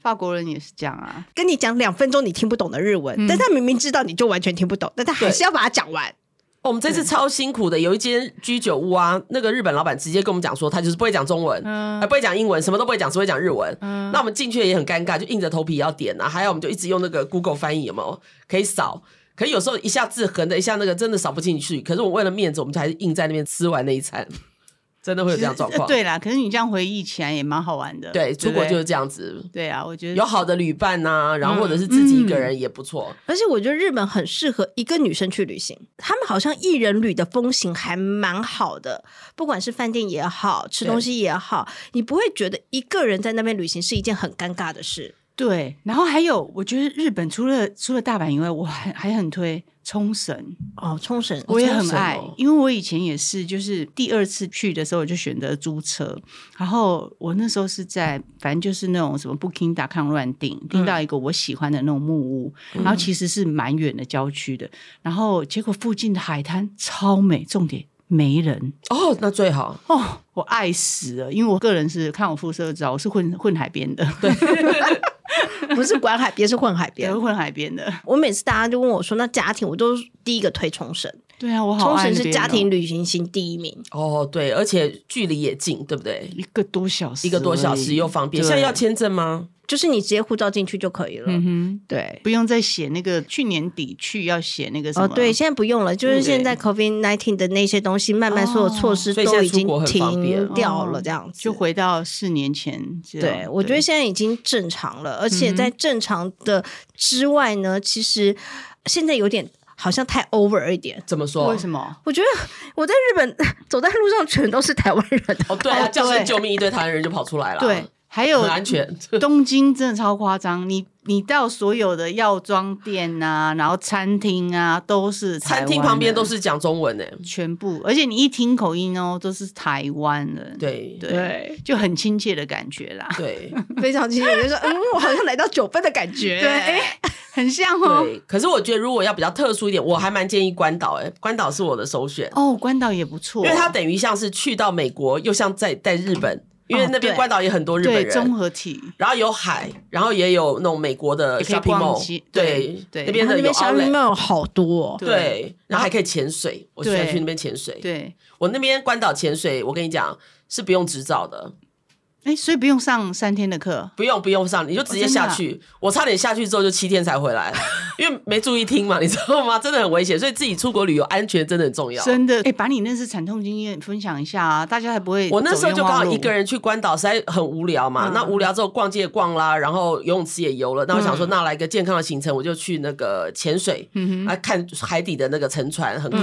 [SPEAKER 4] 法国人也是这样啊。
[SPEAKER 2] 跟你讲两分钟你听不懂的日文，但他明明知道你就完全听不懂，但他还是要把它讲完。
[SPEAKER 3] 哦我们这次超辛苦的，有一间居酒屋啊，那个日本老板直接跟我们讲说，他就是不会讲中文，
[SPEAKER 4] 嗯
[SPEAKER 3] 还不会讲英文，什么都不会讲，只会讲日文。
[SPEAKER 4] 嗯
[SPEAKER 3] 那我们进去也很尴尬，就硬着头皮也要点啊。还有我们就一直用那个 Google 翻译，有没有可以扫？可是有时候一下字横的，一下那个真的扫不进去。可是我为了面子，我们就还是硬在那边吃完那一 餐，真的会有这样状
[SPEAKER 4] 呃
[SPEAKER 3] 况。
[SPEAKER 4] 对啦，可是你这样回忆起来也蛮好玩的。
[SPEAKER 3] 对，出
[SPEAKER 4] 不
[SPEAKER 3] 国就是这样子。
[SPEAKER 4] 对啊，我觉得
[SPEAKER 3] 有好的旅伴呐、然后或者是自己一个
[SPEAKER 4] 嗯
[SPEAKER 3] 人也不错。
[SPEAKER 2] 而且我觉得日本很适合一个女生去旅行，他们好像一人旅的风行还蛮好的，不管是饭店也好，吃东西也好，你不会觉得一个人在那边旅行是一件很尴尬的事。
[SPEAKER 4] 对。然后还有，我觉得日本除了除了大阪以外，我还还很推冲绳。
[SPEAKER 2] 哦，冲绳，
[SPEAKER 4] 我也
[SPEAKER 3] 冲
[SPEAKER 4] 很
[SPEAKER 3] 绳
[SPEAKER 4] 爱
[SPEAKER 3] 哦，
[SPEAKER 4] 因为我以前也是，就是第二次去的时候，我就选择租车。然后我那时候是在，反正就是那种什么 Booking.com 乱订，订到一个我喜欢的那种木屋，然后其实是蛮远的郊区的。然后结果附近的海滩超美，重点没人
[SPEAKER 3] 哦，那最好。
[SPEAKER 4] 哦，我爱死了。因为我个人是看我肤色就知道，我是混混海边的，对，
[SPEAKER 2] 不是 管海边，是混海边
[SPEAKER 4] 也是。啊混海边的。
[SPEAKER 2] 我每次大家就问我说，那家庭，我都第一个推冲绳，
[SPEAKER 4] 对啊，我好
[SPEAKER 2] 冲
[SPEAKER 4] 爱
[SPEAKER 2] 绳
[SPEAKER 4] 那
[SPEAKER 2] 是
[SPEAKER 4] 边
[SPEAKER 2] 家
[SPEAKER 4] 哦
[SPEAKER 2] 庭旅行型第一名。
[SPEAKER 3] 哦，对，而且距离也近，对不对？
[SPEAKER 4] 一个多小时而已，
[SPEAKER 3] 一个多小时又方便。
[SPEAKER 4] 对
[SPEAKER 3] 现在要签证吗？
[SPEAKER 2] 就是你直接护照进去就可以了。
[SPEAKER 4] 嗯哼。
[SPEAKER 2] 对，
[SPEAKER 4] 不用再写那个去年底去要写那个什么。
[SPEAKER 2] 哦，对，现在不用了，就是现在 COVID nineteen 的那些东西，慢慢所有措施
[SPEAKER 3] 所以现
[SPEAKER 2] 都
[SPEAKER 3] 在
[SPEAKER 2] 已经
[SPEAKER 3] 出国很方便
[SPEAKER 2] 停掉
[SPEAKER 4] 哦
[SPEAKER 2] 了，这样子。
[SPEAKER 4] 就回到四年前这样。
[SPEAKER 2] 对，我觉得现在已经正常了，而且
[SPEAKER 4] 嗯
[SPEAKER 2] 在正常的之外呢，其实现在有点好像太 over 一点。
[SPEAKER 3] 怎么说
[SPEAKER 4] 为？什么？
[SPEAKER 2] 我觉得我在日本 走在路上全都是台湾人，
[SPEAKER 3] 哦，对啊，
[SPEAKER 4] 哦
[SPEAKER 3] 叫声
[SPEAKER 4] 对
[SPEAKER 3] 救命，一堆台湾人就跑出来了。
[SPEAKER 4] 对，，还有
[SPEAKER 3] 哦很安全。
[SPEAKER 4] 东京真的超夸张，你你到所有的药妆店啊，然后餐厅啊，都是台湾
[SPEAKER 3] 餐
[SPEAKER 4] 人
[SPEAKER 3] 厅旁边都是讲中文呢、哎
[SPEAKER 4] 全部，而且你一听口音哦，都是台湾人，
[SPEAKER 3] 对
[SPEAKER 4] 对，就很亲切的感觉 啦。
[SPEAKER 3] 对
[SPEAKER 2] 非常亲切，就说嗯，我好像来到九分的感觉。
[SPEAKER 4] 对，哎很像哦。
[SPEAKER 3] 对。可是我觉得如果要比较特殊一点，我还蛮建议关岛哎、关岛是我的首选，
[SPEAKER 4] 哦，关岛也不错，
[SPEAKER 3] 因为它等于像是去到美国，又像在在日本，因为
[SPEAKER 4] 哦
[SPEAKER 3] 那边
[SPEAKER 4] 对
[SPEAKER 3] 关岛也很多日本
[SPEAKER 4] 对综
[SPEAKER 3] 人。
[SPEAKER 4] 合体。
[SPEAKER 3] 然后有海，然后也有那种美国的
[SPEAKER 4] 也可以
[SPEAKER 3] shopping
[SPEAKER 4] 逛
[SPEAKER 3] mall，
[SPEAKER 4] 街
[SPEAKER 3] 对那
[SPEAKER 4] 对对
[SPEAKER 2] 然
[SPEAKER 3] 边
[SPEAKER 2] 后
[SPEAKER 3] 的有
[SPEAKER 2] 那边 shopping
[SPEAKER 3] outlet，
[SPEAKER 2] mall 好多、哦，
[SPEAKER 3] 对，然后还可以潜水，我喜欢
[SPEAKER 4] 对
[SPEAKER 3] 去那边潜水。
[SPEAKER 4] 对，
[SPEAKER 3] 我那边关岛潜水，我跟你讲是不用执照的，
[SPEAKER 4] 哎，所以不用上三天的课，
[SPEAKER 3] 不用不用上，你就直接
[SPEAKER 4] 哦真的
[SPEAKER 3] 下
[SPEAKER 4] 啊
[SPEAKER 3] 去。我差点下去之后就七天才回 来，因为没注意听嘛，你知道吗？ 真的很危险，所以自己出国旅游安全真的很重要。
[SPEAKER 4] 真的。哎，把你那次惨痛经验分享一下啊，大家还不会。
[SPEAKER 3] 我那时候就刚好一个。人去关岛，实在很无聊
[SPEAKER 4] 嗯
[SPEAKER 3] 嘛。那无聊之后逛街逛啦，然后游泳池也游了。那我想说，
[SPEAKER 4] 嗯
[SPEAKER 3] 那来一个健康的行程，我就去那个潜水，啊，看海底的那个沉船，很酷。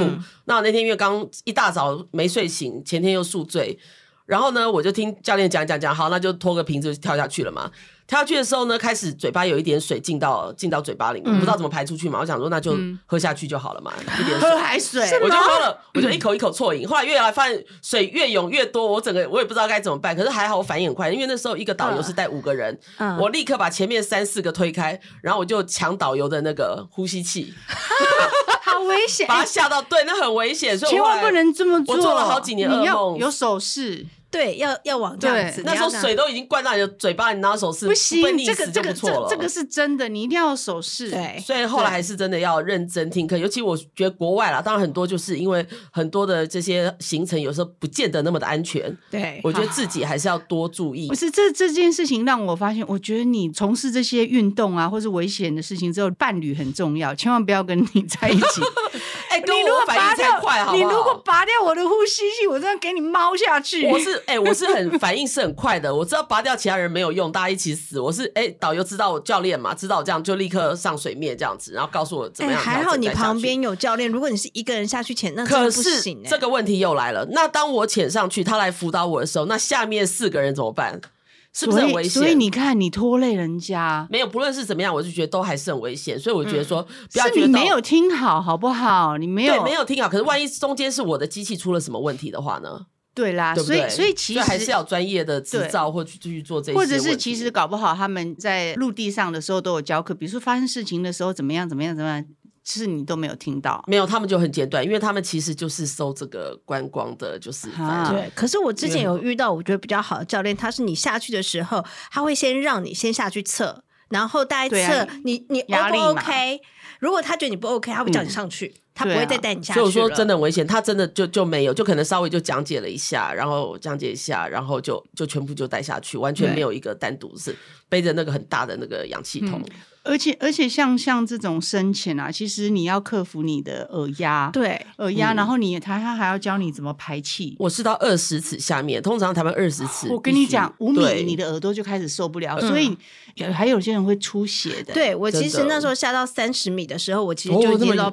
[SPEAKER 3] 那我那天因为刚一大早没睡醒，前天又宿醉，然后呢，我就听教练讲讲讲，好，那就拖个瓶子就跳下去了嘛。跳下去的时候呢，开始嘴巴有一点水进到进到嘴巴里面，不知道怎么排出去嘛。我想说，那就喝下去就好了嘛，一点水
[SPEAKER 4] 喝。海水，
[SPEAKER 3] 我就喝了，我就一口一口啜饮。后来越来发现水越涌越多，我整个我也不知道该怎么办。可是还好我反应很快，因为那时候一个导游是带五个人，
[SPEAKER 2] 嗯
[SPEAKER 3] 我立刻把前面三四个推开，然后我就抢导游的那个呼吸器，
[SPEAKER 2] 好危 险
[SPEAKER 3] 把他吓到。对，那很危险，所以
[SPEAKER 4] 千
[SPEAKER 3] 我后来
[SPEAKER 4] 万不。能这么做。
[SPEAKER 3] 我做了好几年噩梦
[SPEAKER 4] 你要有手势，
[SPEAKER 2] 对，要要往这样子，
[SPEAKER 4] 对
[SPEAKER 3] 那时候
[SPEAKER 2] 你要这样
[SPEAKER 3] 水都已经灌到你的嘴巴，你拿手撕，
[SPEAKER 4] 啊不行
[SPEAKER 3] 被，溺
[SPEAKER 4] 这个
[SPEAKER 3] 死
[SPEAKER 4] 这
[SPEAKER 3] 就不
[SPEAKER 4] 个这
[SPEAKER 3] 错了。
[SPEAKER 4] 这个是真的，你一定要有手势。
[SPEAKER 2] 对
[SPEAKER 3] 所以后来还是真的要认真听课，尤其我觉得国外啦，当然很多就是因为很多的这些行程有时候不见得那么的安全，
[SPEAKER 2] 对，
[SPEAKER 3] 我觉得自己还是要多注意
[SPEAKER 4] 哎不。是这这件事情让我发现，我觉得你从事这些运动啊，或是危险的事情之后，伴侣很重要，千万不要跟你在一起。
[SPEAKER 3] 哎、跟我反应太快，好不好？
[SPEAKER 4] 拔掉我的呼吸器，我真的给你猫下去
[SPEAKER 3] 我是哎、我是很反应是很快的，我知道拔掉其他人没有用，大家一起死。我是哎、导游知道我教练嘛，知道我这样就立刻上水面这样子，然后告诉我
[SPEAKER 4] 哎
[SPEAKER 3] 怎么样、
[SPEAKER 2] 哎还好你旁。边有教练，如果你是一个人下去潜，那真
[SPEAKER 3] 可
[SPEAKER 2] 的不
[SPEAKER 3] 是
[SPEAKER 2] 行、欸、
[SPEAKER 3] 这个问题又来了，那当我潜上去，他来辅导我的时候，那下面四个人怎么办？ 是不是
[SPEAKER 4] 所
[SPEAKER 3] 很
[SPEAKER 4] 以
[SPEAKER 3] 危险？
[SPEAKER 4] 所以你看，你拖累人家，
[SPEAKER 3] 没有，不论是怎么样，我就觉得都还是很危险。所以我觉得说，不要
[SPEAKER 4] 是
[SPEAKER 3] 觉
[SPEAKER 4] 嗯你
[SPEAKER 3] 得
[SPEAKER 4] 没有听好，好不好？你没有
[SPEAKER 3] 对没有听好。可是万一中间是我的机器出了什么问题的话呢？
[SPEAKER 4] 对啦，
[SPEAKER 3] 对不
[SPEAKER 4] 啊所
[SPEAKER 3] 对？
[SPEAKER 4] 以所以其实
[SPEAKER 3] 还是要有专业的执
[SPEAKER 4] 对
[SPEAKER 3] 照或去去做这些
[SPEAKER 4] 或
[SPEAKER 3] 问题，
[SPEAKER 4] 者是其实搞不好他们在陆地上的时候都有教课，比如说发生事情的时候怎么样怎么样怎么样，是你都没有听到。
[SPEAKER 3] 没有，他们就很简短，因为他们其实就是收这个观光的，就是
[SPEAKER 4] 啊
[SPEAKER 3] 反
[SPEAKER 2] 哎对，可是我之前有遇到我觉得比较好的教练，他是你下去的时候，他会先让你先下去测，然后大
[SPEAKER 4] 对
[SPEAKER 2] 概测
[SPEAKER 4] 啊
[SPEAKER 2] 你你
[SPEAKER 4] 压
[SPEAKER 2] O
[SPEAKER 4] 力
[SPEAKER 2] 不
[SPEAKER 4] 嘛
[SPEAKER 2] OK。如果他觉得你不 OK，他会叫你上去，他不
[SPEAKER 4] 对
[SPEAKER 2] 会
[SPEAKER 4] 啊
[SPEAKER 2] 再带你下
[SPEAKER 3] 嗯
[SPEAKER 2] 去
[SPEAKER 3] 所以
[SPEAKER 2] 了。
[SPEAKER 3] 我说真的很危险，他真的就就没有，就可能稍微就讲解了一下，然后讲解一下，然后就就全部就带下去，完全
[SPEAKER 4] 对
[SPEAKER 3] 没有一个单独是背着那个很大的那个氧气筒。
[SPEAKER 4] 而且而且像像这种深潜啊，其实你要克服你的耳压，
[SPEAKER 2] 对，
[SPEAKER 4] 耳压，
[SPEAKER 3] 嗯
[SPEAKER 4] 然后你他他还要教你怎么排气。
[SPEAKER 3] 我是到二十尺下面，通常他们二十尺必须。
[SPEAKER 4] 我跟你讲，五米
[SPEAKER 3] 对嗯
[SPEAKER 4] 你的耳朵就开始受不了，所以有还有些人会出血的。，
[SPEAKER 2] 对我其
[SPEAKER 3] 真
[SPEAKER 2] 实
[SPEAKER 3] 的
[SPEAKER 2] 那时候下到三十米的时候，我其实
[SPEAKER 3] 哦
[SPEAKER 2] 就已
[SPEAKER 3] 那么
[SPEAKER 2] 经到、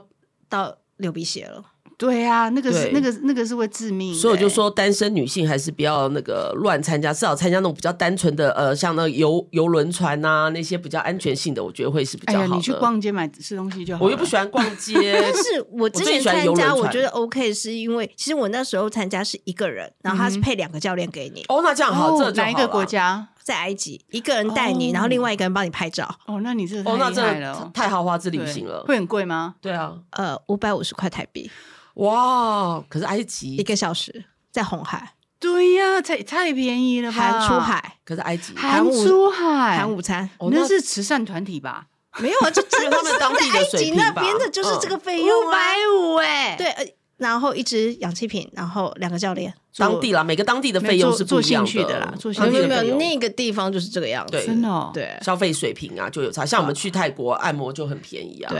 [SPEAKER 2] 到流鼻血了。
[SPEAKER 4] 对啊，那个
[SPEAKER 3] 对
[SPEAKER 4] 是那个那个是会致命的欸。
[SPEAKER 3] 所以我就说，单身女性还是不要那个乱参加，至少参加那种比较单纯的，呃，像那个游游轮船啊，那些比较安全性的，我觉得会是比
[SPEAKER 4] 哎
[SPEAKER 3] 较
[SPEAKER 4] 呀，
[SPEAKER 3] 好的。
[SPEAKER 4] 你去逛街买吃东西就好了。
[SPEAKER 3] 我又不喜欢逛街，
[SPEAKER 2] 但是我之
[SPEAKER 3] 最
[SPEAKER 2] 前
[SPEAKER 3] 喜欢游
[SPEAKER 2] 参
[SPEAKER 3] 轮
[SPEAKER 2] 加，我
[SPEAKER 3] 船
[SPEAKER 2] 觉得 OK，是因为其实我那时候参加是一个人，然
[SPEAKER 3] 嗯
[SPEAKER 2] 后他是配两个教练给你，
[SPEAKER 3] 哦，那这样好，这
[SPEAKER 4] 哦，
[SPEAKER 3] 就好
[SPEAKER 4] 哪一个
[SPEAKER 3] 了
[SPEAKER 4] 国？家？
[SPEAKER 2] 在埃及一个人带你，
[SPEAKER 4] 哦
[SPEAKER 2] 然后另外一个人帮你拍照，
[SPEAKER 4] 哦，那你这个
[SPEAKER 3] 哦，那
[SPEAKER 4] 太厉害了
[SPEAKER 3] 这
[SPEAKER 4] 哦，
[SPEAKER 3] 太豪华之旅
[SPEAKER 4] 对
[SPEAKER 3] 行了。
[SPEAKER 4] 会很贵吗？
[SPEAKER 3] 对啊，
[SPEAKER 2] 呃，五百五十块台币
[SPEAKER 3] 哇！可是埃
[SPEAKER 2] 一
[SPEAKER 3] 及，
[SPEAKER 2] 个小时，在红海
[SPEAKER 4] 对呀、太太便宜了吧？
[SPEAKER 2] 含出，海
[SPEAKER 3] 可是埃及，
[SPEAKER 4] 含
[SPEAKER 2] 午
[SPEAKER 4] 出海，
[SPEAKER 2] 含午餐，
[SPEAKER 3] 哦
[SPEAKER 4] 那
[SPEAKER 3] 那
[SPEAKER 4] 是慈善团体吧？
[SPEAKER 2] 没有啊，就真
[SPEAKER 3] 因为
[SPEAKER 2] 的
[SPEAKER 3] 他们当地
[SPEAKER 2] 是
[SPEAKER 3] 的
[SPEAKER 2] 埃
[SPEAKER 3] 水
[SPEAKER 2] 及
[SPEAKER 3] 平吧嗯
[SPEAKER 2] 那边的就是这个费用
[SPEAKER 4] 五
[SPEAKER 2] 啊
[SPEAKER 4] 百，五哎，
[SPEAKER 2] 对，呃然后一支氧气瓶，然后两个教练，
[SPEAKER 4] 做，
[SPEAKER 3] 当地啦，每个当地的嗯
[SPEAKER 4] 没
[SPEAKER 3] 费用
[SPEAKER 4] 做
[SPEAKER 3] 是不
[SPEAKER 4] 做
[SPEAKER 3] 一样
[SPEAKER 4] 兴趣的啦做兴
[SPEAKER 3] 当
[SPEAKER 4] 趣
[SPEAKER 3] 地
[SPEAKER 4] 的
[SPEAKER 3] 的费用
[SPEAKER 2] 个地方就是这个样子
[SPEAKER 3] 对
[SPEAKER 4] 真的、哦，，
[SPEAKER 2] 对
[SPEAKER 3] 消费水平啊就有差。像我们去泰国按摩就很便宜啊，，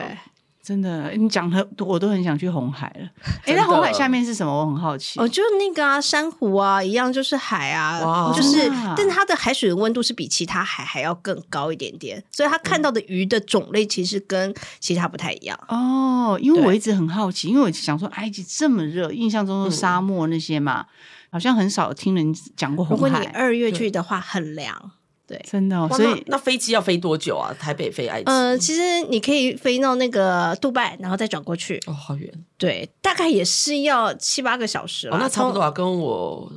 [SPEAKER 4] 真的，你讲的我都很想去红海了。哎，
[SPEAKER 3] 真的
[SPEAKER 4] 那红海下面是什么？我很好奇。
[SPEAKER 2] 哦，就那个啊，珊瑚啊，一样就是海
[SPEAKER 3] 哇
[SPEAKER 2] 啊，就是
[SPEAKER 4] 哇，
[SPEAKER 2] 但它的海水的温度是比其他海还要更高一点点，所以它看到的鱼的种类其实跟其他不太一样。
[SPEAKER 4] 哦，因为
[SPEAKER 2] 对
[SPEAKER 4] 我一直很好奇，因为我想说埃及这么热，印象中都是沙漠那些嘛，好像很少听人讲过
[SPEAKER 2] 如
[SPEAKER 4] 红
[SPEAKER 2] 果你
[SPEAKER 4] 海。
[SPEAKER 2] 二月去的话，很凉，对。
[SPEAKER 4] 真的、哦，
[SPEAKER 3] 哇
[SPEAKER 4] 所
[SPEAKER 3] 那
[SPEAKER 4] 以
[SPEAKER 3] 那飞机要飞多久啊？台北飞埃及？
[SPEAKER 2] 呃，其实你可以飞到那个杜拜，然后再转过去，
[SPEAKER 3] 哦，好远
[SPEAKER 2] 对，大概也是要七八个小时
[SPEAKER 3] 哦
[SPEAKER 2] 了、，
[SPEAKER 3] 那差不
[SPEAKER 2] 通
[SPEAKER 3] 多。啊，跟我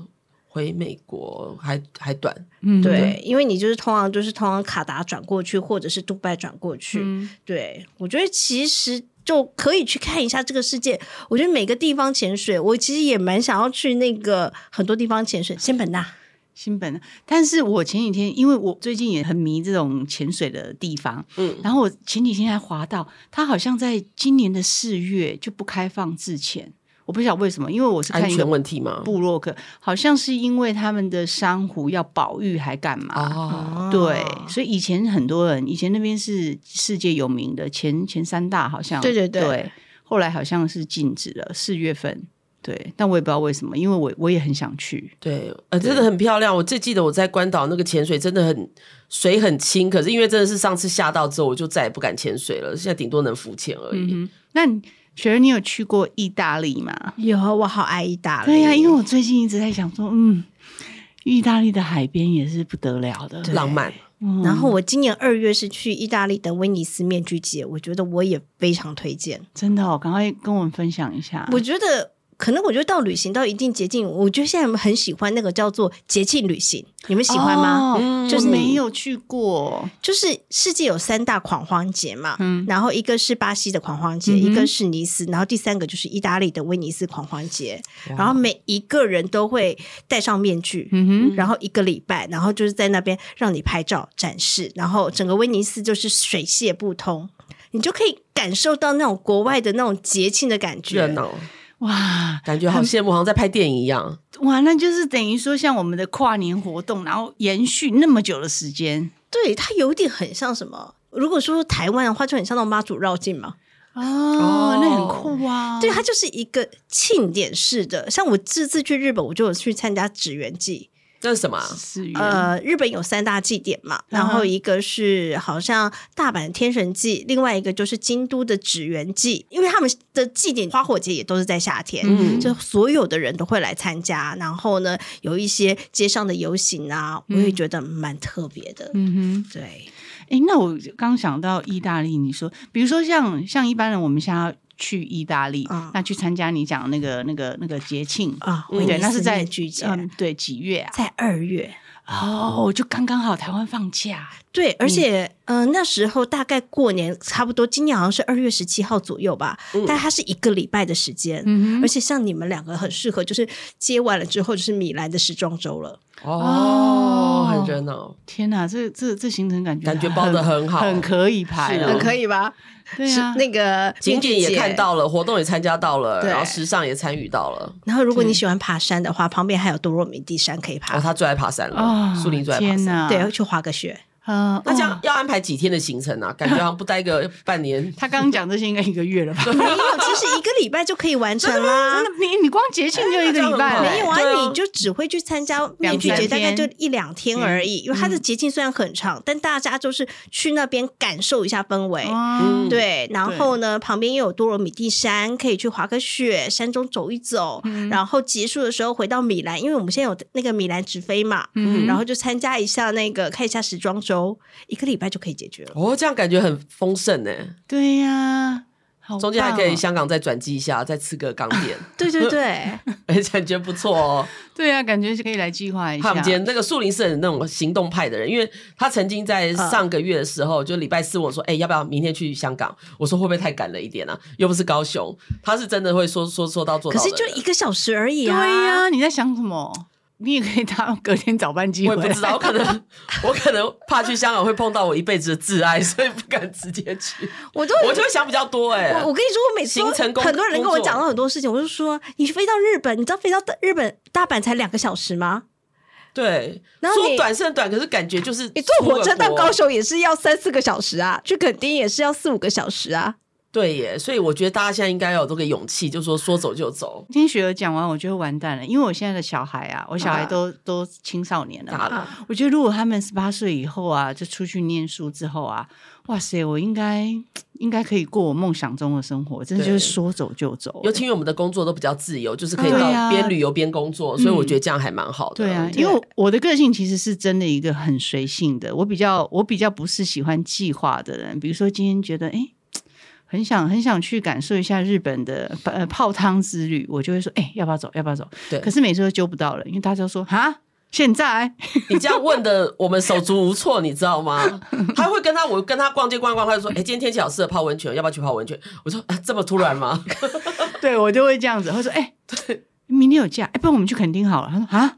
[SPEAKER 3] 回美国还还短。
[SPEAKER 4] 嗯，
[SPEAKER 2] 对，因为你就是通常就是通常卡达转过去，或者是杜拜转过去。
[SPEAKER 4] 嗯，
[SPEAKER 2] 对，我觉得其实就可以去看一下这个世界。我觉得每个地方潜水，我其实也蛮想要去那个很多地方潜水，仙本那。
[SPEAKER 4] 新本。但是我前几天，因为我最近也很迷这种潜水的地方，
[SPEAKER 3] 嗯，
[SPEAKER 4] 然后我前几天还滑到，它好像在今年的四月就不开放之前，我不晓得为什么，因为我是
[SPEAKER 3] 安
[SPEAKER 4] 看一个
[SPEAKER 3] 全问题吗？
[SPEAKER 4] 部落客，好像是因为他们的珊瑚要保育还干嘛？
[SPEAKER 3] 哦，
[SPEAKER 4] 对，所以以前很多人，以前那边是世界有名的前前三大，好像
[SPEAKER 2] 对对对
[SPEAKER 4] 后来好像是禁止了，四月份。对，但我也不知道为什么，因为我我也很想去。
[SPEAKER 3] 对，呃，真的很漂亮。我最记得我在关岛那个潜水真的很水很清，可是因为真的是上次吓到之后，我就再也不敢潜水了。现在顶多能浮潜而已。
[SPEAKER 4] 嗯，那你雪儿，你有去过意大利吗？
[SPEAKER 2] 有，啊我好爱意大利。
[SPEAKER 4] 对呀、啊因为我最近一直在想说，嗯，意大利的海边也是不得了的，
[SPEAKER 3] 浪漫，
[SPEAKER 4] 嗯
[SPEAKER 2] 然后我今年二月是去意大利的威尼斯面具节，我觉得我也非常推荐。
[SPEAKER 4] 真的哦，赶快跟我们分享一下。
[SPEAKER 2] 我觉得可能我觉得到旅行到一定捷径，我觉得现在很喜欢那个叫做节庆旅行，你们喜欢吗？
[SPEAKER 4] 哦
[SPEAKER 3] 嗯
[SPEAKER 4] 就
[SPEAKER 2] 就是是
[SPEAKER 4] 没有去过，
[SPEAKER 2] 就是世界有三大狂欢节嘛，
[SPEAKER 4] 嗯
[SPEAKER 2] 然后一个是巴西的狂欢节，
[SPEAKER 4] 嗯哼
[SPEAKER 2] 一个是尼斯，然后第三个就是意大利的威尼斯狂欢节。然后每一个人都会戴上面具，
[SPEAKER 4] 嗯
[SPEAKER 2] 然后一个礼拜，然后就是在那边让你拍照展示，然后整个威尼斯就是水泄不通，你就可以感受到那种国外的那种节庆的感
[SPEAKER 3] 热
[SPEAKER 2] 觉。
[SPEAKER 3] 闹，
[SPEAKER 4] 哼，哇，
[SPEAKER 3] 感觉好羡慕，好像在拍电影一样。
[SPEAKER 4] 哇，那就是等于说像我们的跨年活动，然后延续那么久的时间
[SPEAKER 2] 对，它有点很像什么？如果说台湾的话，就很像那种妈祖绕境嘛。
[SPEAKER 4] 哦，
[SPEAKER 3] 哦
[SPEAKER 4] 那很酷啊！
[SPEAKER 2] 对，它就是一个庆典式的。像我这次去日本，我就有去参加纸鸢祭。
[SPEAKER 3] 那是什么啊？
[SPEAKER 4] 四月，
[SPEAKER 2] 呃，日本有三大祭典嘛，然
[SPEAKER 4] 嗯
[SPEAKER 2] 后一个是好像大阪天神祭，另外一个就是京都的纸鸢祭，因为他们的祭典花火节也都是在夏天，
[SPEAKER 4] 嗯
[SPEAKER 2] 就所有的人都会来参加。然后呢，有一些街上的游行啊，我也觉得蛮特别的。
[SPEAKER 4] 嗯
[SPEAKER 2] 对，
[SPEAKER 4] 哼，哎，那我刚想到意大利，你说，比如说像像一般人，我们现在要去意大利，
[SPEAKER 2] 嗯
[SPEAKER 4] 那去参加你讲的那个那个那个节庆。
[SPEAKER 2] 啊，
[SPEAKER 3] 嗯
[SPEAKER 2] 威尼
[SPEAKER 4] 对，
[SPEAKER 2] 斯
[SPEAKER 4] 那是在
[SPEAKER 2] 面具节，
[SPEAKER 4] 嗯，对，几月啊？
[SPEAKER 2] 在二月。
[SPEAKER 4] 哦，就刚刚好台湾放假，
[SPEAKER 2] 对，而且，嗯、那时候大概过年差不多，今年好像是二月十七号左右吧，
[SPEAKER 3] 嗯
[SPEAKER 2] 但它是一个礼拜的时间，
[SPEAKER 4] 嗯
[SPEAKER 2] 而且像你们两个很适合，就是接完了之后就是米兰的时装周了。
[SPEAKER 3] 哦
[SPEAKER 4] 哦，
[SPEAKER 3] 很热闹，
[SPEAKER 4] 天哪，这这这行程感觉
[SPEAKER 3] 感觉包得很好
[SPEAKER 4] 很可以排
[SPEAKER 3] 是
[SPEAKER 4] 哦，
[SPEAKER 3] 很
[SPEAKER 2] 可以吧？
[SPEAKER 4] 对
[SPEAKER 2] 是
[SPEAKER 4] 啊，
[SPEAKER 2] 那个
[SPEAKER 3] 嗯景点也看。到了，活动也参加到了，
[SPEAKER 2] 对
[SPEAKER 3] 然后时尚也参与到了。
[SPEAKER 2] 然后，如果
[SPEAKER 4] 对
[SPEAKER 2] 你喜欢爬山的话，旁边还有多洛米蒂山可以爬，
[SPEAKER 3] 哦，他最爱爬山了
[SPEAKER 4] 啊，，
[SPEAKER 3] 苏林最爱爬
[SPEAKER 4] 天
[SPEAKER 3] 山。
[SPEAKER 4] 哪，
[SPEAKER 2] 对，去滑个雪。
[SPEAKER 4] 啊，
[SPEAKER 3] 那这
[SPEAKER 4] 哇
[SPEAKER 3] 样要安排几天的行程啊？感觉好像不待个半
[SPEAKER 4] ，
[SPEAKER 3] 年
[SPEAKER 4] 他刚刚讲这些应该一个月了吧？
[SPEAKER 2] 没有，其实一个礼拜就可以完成啦
[SPEAKER 4] 真。的， 你你光节庆就一个礼拜了、
[SPEAKER 3] 哎
[SPEAKER 2] 没有 啊，
[SPEAKER 3] 对啊
[SPEAKER 2] 你就只会去参加
[SPEAKER 4] 两
[SPEAKER 2] 面具节，
[SPEAKER 4] 天嗯
[SPEAKER 2] 大概就一两
[SPEAKER 3] 嗯
[SPEAKER 2] 天而已。因为它的节庆虽然很长，但大家就是去那边感受一下氛围。
[SPEAKER 4] 嗯
[SPEAKER 3] 嗯
[SPEAKER 2] 对，然后呢，旁边又有多罗米蒂山，可以去滑个雪，山中走一走，
[SPEAKER 3] 嗯
[SPEAKER 2] 然后结束的时候回到米兰，因为我们现在有那个米兰直飞嘛，
[SPEAKER 4] 嗯
[SPEAKER 2] 然后就参加一下那个看一下时装周，一个礼拜就可以解决了。
[SPEAKER 3] 哦，这样感觉很丰盛呢。
[SPEAKER 4] 对呀、好棒哦
[SPEAKER 3] 中间还可以香港再转机一下，再吃个港点，
[SPEAKER 2] 啊 对对 对，
[SPEAKER 3] 哎，感觉不错 哦。
[SPEAKER 4] 对呀、感觉是可以来计划一
[SPEAKER 3] 他
[SPEAKER 4] 下。
[SPEAKER 3] 们今天那个树林是很那种行动派的人，因为他曾经在
[SPEAKER 2] 嗯
[SPEAKER 3] 上个月的时候，就礼拜四问我说：“哎、要不要明天去香港？”我说：“会不会太赶了一点啊？又不是高雄。”他是真的会说说说到做
[SPEAKER 2] 可
[SPEAKER 3] 到的
[SPEAKER 2] 是
[SPEAKER 3] 人。
[SPEAKER 2] 就一个小时而已
[SPEAKER 4] 对
[SPEAKER 2] 啊。
[SPEAKER 4] 呀、你在想什么？你也可以搭 隔天早班机
[SPEAKER 3] 我
[SPEAKER 4] 回
[SPEAKER 3] 也
[SPEAKER 4] 来。
[SPEAKER 3] 不知道，我可能 我可能怕去香港会碰到我一辈子的挚爱，所以不敢直接去。
[SPEAKER 2] 我都
[SPEAKER 3] 我就会想比较多哎、
[SPEAKER 2] 我我跟你说，我每次都
[SPEAKER 3] 行程工
[SPEAKER 2] 很多人跟我
[SPEAKER 3] 工作
[SPEAKER 2] 讲到很多事情，我就说你飞到日本，你知道飞到日本大阪才两个小时吗？
[SPEAKER 3] 对，
[SPEAKER 2] 然后你
[SPEAKER 3] 说短是很短，可是感觉就是
[SPEAKER 2] 你坐火
[SPEAKER 3] 出
[SPEAKER 2] 车
[SPEAKER 3] 了
[SPEAKER 2] 到
[SPEAKER 3] 国
[SPEAKER 2] 高雄也是要三四个小时啊，去垦丁也是要四五个小时啊。
[SPEAKER 3] 对耶，所以我觉得大家现在应该要有这个勇气，就说说走就走。
[SPEAKER 4] 听雪儿讲完，我觉得完蛋了，因为我现在的小孩啊，我小孩
[SPEAKER 3] 啊
[SPEAKER 4] 都、都青少年了嘛，
[SPEAKER 3] 大了，
[SPEAKER 4] 我觉得如果他们十八岁以后啊，就出去念书之后啊，哇塞，我应该应该可以过我梦想中的生活，真的
[SPEAKER 3] 对
[SPEAKER 4] 就是说走就走、
[SPEAKER 3] 尤其因为我们的工作都比较自由，就是可以
[SPEAKER 4] 对
[SPEAKER 3] 到
[SPEAKER 4] 啊嗯
[SPEAKER 3] 边旅游边工作，所以我觉得这样还蛮好的。
[SPEAKER 4] 对啊，
[SPEAKER 2] 对
[SPEAKER 4] 因为我我的个性其实是真的一个很随性的，我比较我比较不是喜欢计划的人。比如说今天觉得哎，诶很想很想去感受一下日本的呃泡汤之旅，我就会说哎，诶要不要走？要不要走？
[SPEAKER 3] 对
[SPEAKER 4] 可是每次都揪不到人，因为大家都说哈。现在
[SPEAKER 3] 你这样问的，我们手足无措，你知道吗？ 他会跟他，我跟他逛街逛一逛，他就说：“哎、今天天气好，适合泡温泉，要不要去泡温泉？”我说：“啊、这么突然吗
[SPEAKER 4] 对我就会这样子，会说哎，明天有假，哎，不然我们去垦丁好了。他说啊，？”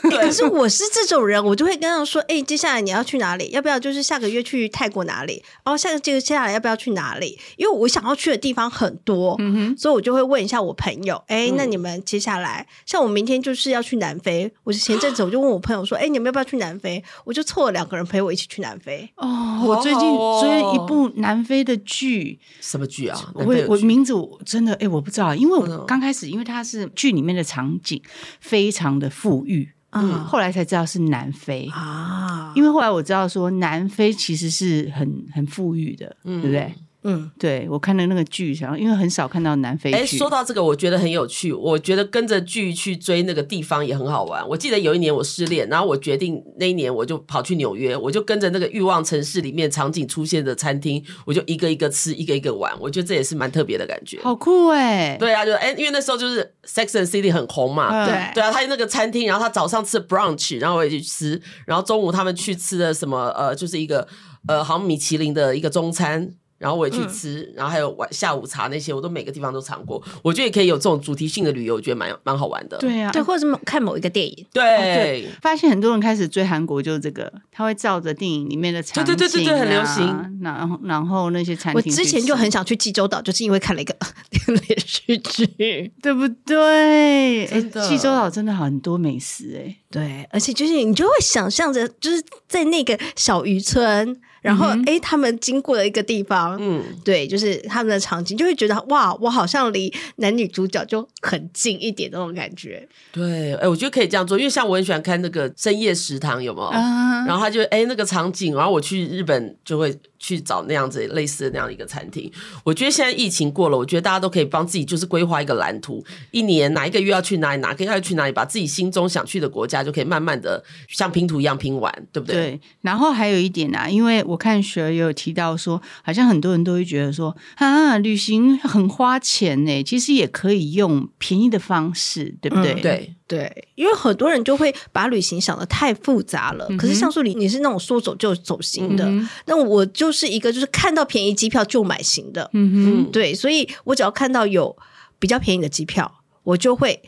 [SPEAKER 2] 可
[SPEAKER 3] 对，
[SPEAKER 2] 是我是这种人，我就会跟他说：“哎、接下来你要去哪里？要不要就是下个月去泰国哪里？然后下个这个接下来要不要去哪里？因为我想要去的地方很多，所以我就会问一下我朋友：哎、那你们接下来，像我明天就是要去南非，我前阵子我就问我朋友说：哎、你们要不要去南非？我就凑了两个人陪我一起去南非。
[SPEAKER 4] 哦，我最近
[SPEAKER 3] 好好
[SPEAKER 4] 追了一
[SPEAKER 3] 哦
[SPEAKER 4] 部南非的剧，
[SPEAKER 3] 什么剧啊？
[SPEAKER 4] 我
[SPEAKER 3] 南非有
[SPEAKER 4] 我
[SPEAKER 3] 剧
[SPEAKER 4] 名字我真的哎、我不知道，因为
[SPEAKER 3] 真的哦
[SPEAKER 4] 我刚开始因为它是剧里面的场景非常的富裕，
[SPEAKER 2] 嗯
[SPEAKER 4] 后来才知道是南非。
[SPEAKER 2] 啊，
[SPEAKER 4] 因为后来我知道说南非其实是很很富裕的，对不对？
[SPEAKER 2] 嗯，
[SPEAKER 4] 对我看的那个剧，然后因为很少看到南非
[SPEAKER 3] 哎，
[SPEAKER 4] 剧，
[SPEAKER 3] 说到这个，我觉得很有趣。我觉得跟着剧去追那个地方也很好玩。我记得有一年我失恋，然后我决定那一年我就跑去纽约，我就跟着那个欲望城市里面场景出现的餐厅，我就一个一个吃，一个一个玩。我觉得这也是蛮特别的感觉。
[SPEAKER 4] 好酷哎、
[SPEAKER 3] 对啊，就哎、因为那时候就是 Sex and City 很红嘛，
[SPEAKER 4] 嗯
[SPEAKER 2] 对
[SPEAKER 3] 对啊，他那个餐厅，然后他早上吃 brunch，然后我也去吃，然后中午他们去吃的什么呃，就是一个呃，好像米其林的一个中餐。然后我也去吃，
[SPEAKER 4] 嗯
[SPEAKER 3] 然后还有晚下午茶那些，我都每个地方都尝过。我觉得也可以有这种主题性的旅游，我觉得蛮蛮好玩的。
[SPEAKER 4] 对啊，哦
[SPEAKER 2] 对，或者是某看某一个电影，
[SPEAKER 3] 对
[SPEAKER 4] 发现很多人开始追韩国就是这个，他会照着电影里面的场景、啊，
[SPEAKER 3] 对对对对对很流行。
[SPEAKER 4] 然后然后那些餐
[SPEAKER 2] 我
[SPEAKER 4] 厅去吃，
[SPEAKER 2] 之前就很想去济州岛，就是因为看了一个 连续剧。
[SPEAKER 4] 对不对？哎，
[SPEAKER 3] 真的
[SPEAKER 4] 济州岛真的很多美食哎、
[SPEAKER 2] 对，而且就是你就会想象着，就是在那个小渔村，然后诶，他们经过了一个地方，
[SPEAKER 3] 嗯，
[SPEAKER 2] 对，就是他们的场景，就会觉得哇，我好像离男女主角就很近一点那种感觉。
[SPEAKER 3] 对，哎，我觉得可以这样做，因为像我很喜欢看那个深夜食堂，有没有？
[SPEAKER 4] 啊，
[SPEAKER 3] 然后他就哎、那个场景，然后我去日本就会去找那样子类似的那样的一个餐厅。我觉得现在疫情过了，我觉得大家都可以帮自己就是规划一个蓝图，一年哪一个月要去哪里，哪个月要去哪里，把自己心中想去的国家就可以慢慢的像拼图一样拼完，对不对？
[SPEAKER 4] 对，然后还有一点啊，因为我看雪儿也有提到说，好像很多人都会觉得说啊，旅行很花钱呢、其实也可以用便宜的方式，对不对？
[SPEAKER 2] 嗯
[SPEAKER 3] 对
[SPEAKER 2] 对，因为很多人就会把旅行想的太复杂了。可是像素里你是那种说走就走型的，那我就是一个就是看到便宜机票就买型的。
[SPEAKER 4] 嗯哼，
[SPEAKER 2] 对，所以我只要看到有比较便宜的机票，我就会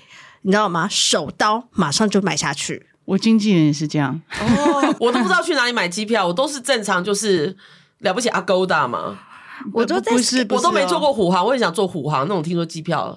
[SPEAKER 2] 你知道吗？手刀马上就买下去。
[SPEAKER 4] 我经纪人也是这样，
[SPEAKER 3] 哦， 我都不知道去哪里买机票，我都是正常就是。了不起，Agoda 嘛，
[SPEAKER 2] 我都
[SPEAKER 4] 不
[SPEAKER 2] 在
[SPEAKER 4] 不是，不
[SPEAKER 3] 我都
[SPEAKER 4] 是
[SPEAKER 3] 没
[SPEAKER 4] 哦
[SPEAKER 3] 做。过虎航，我也想做虎航那种，听说机票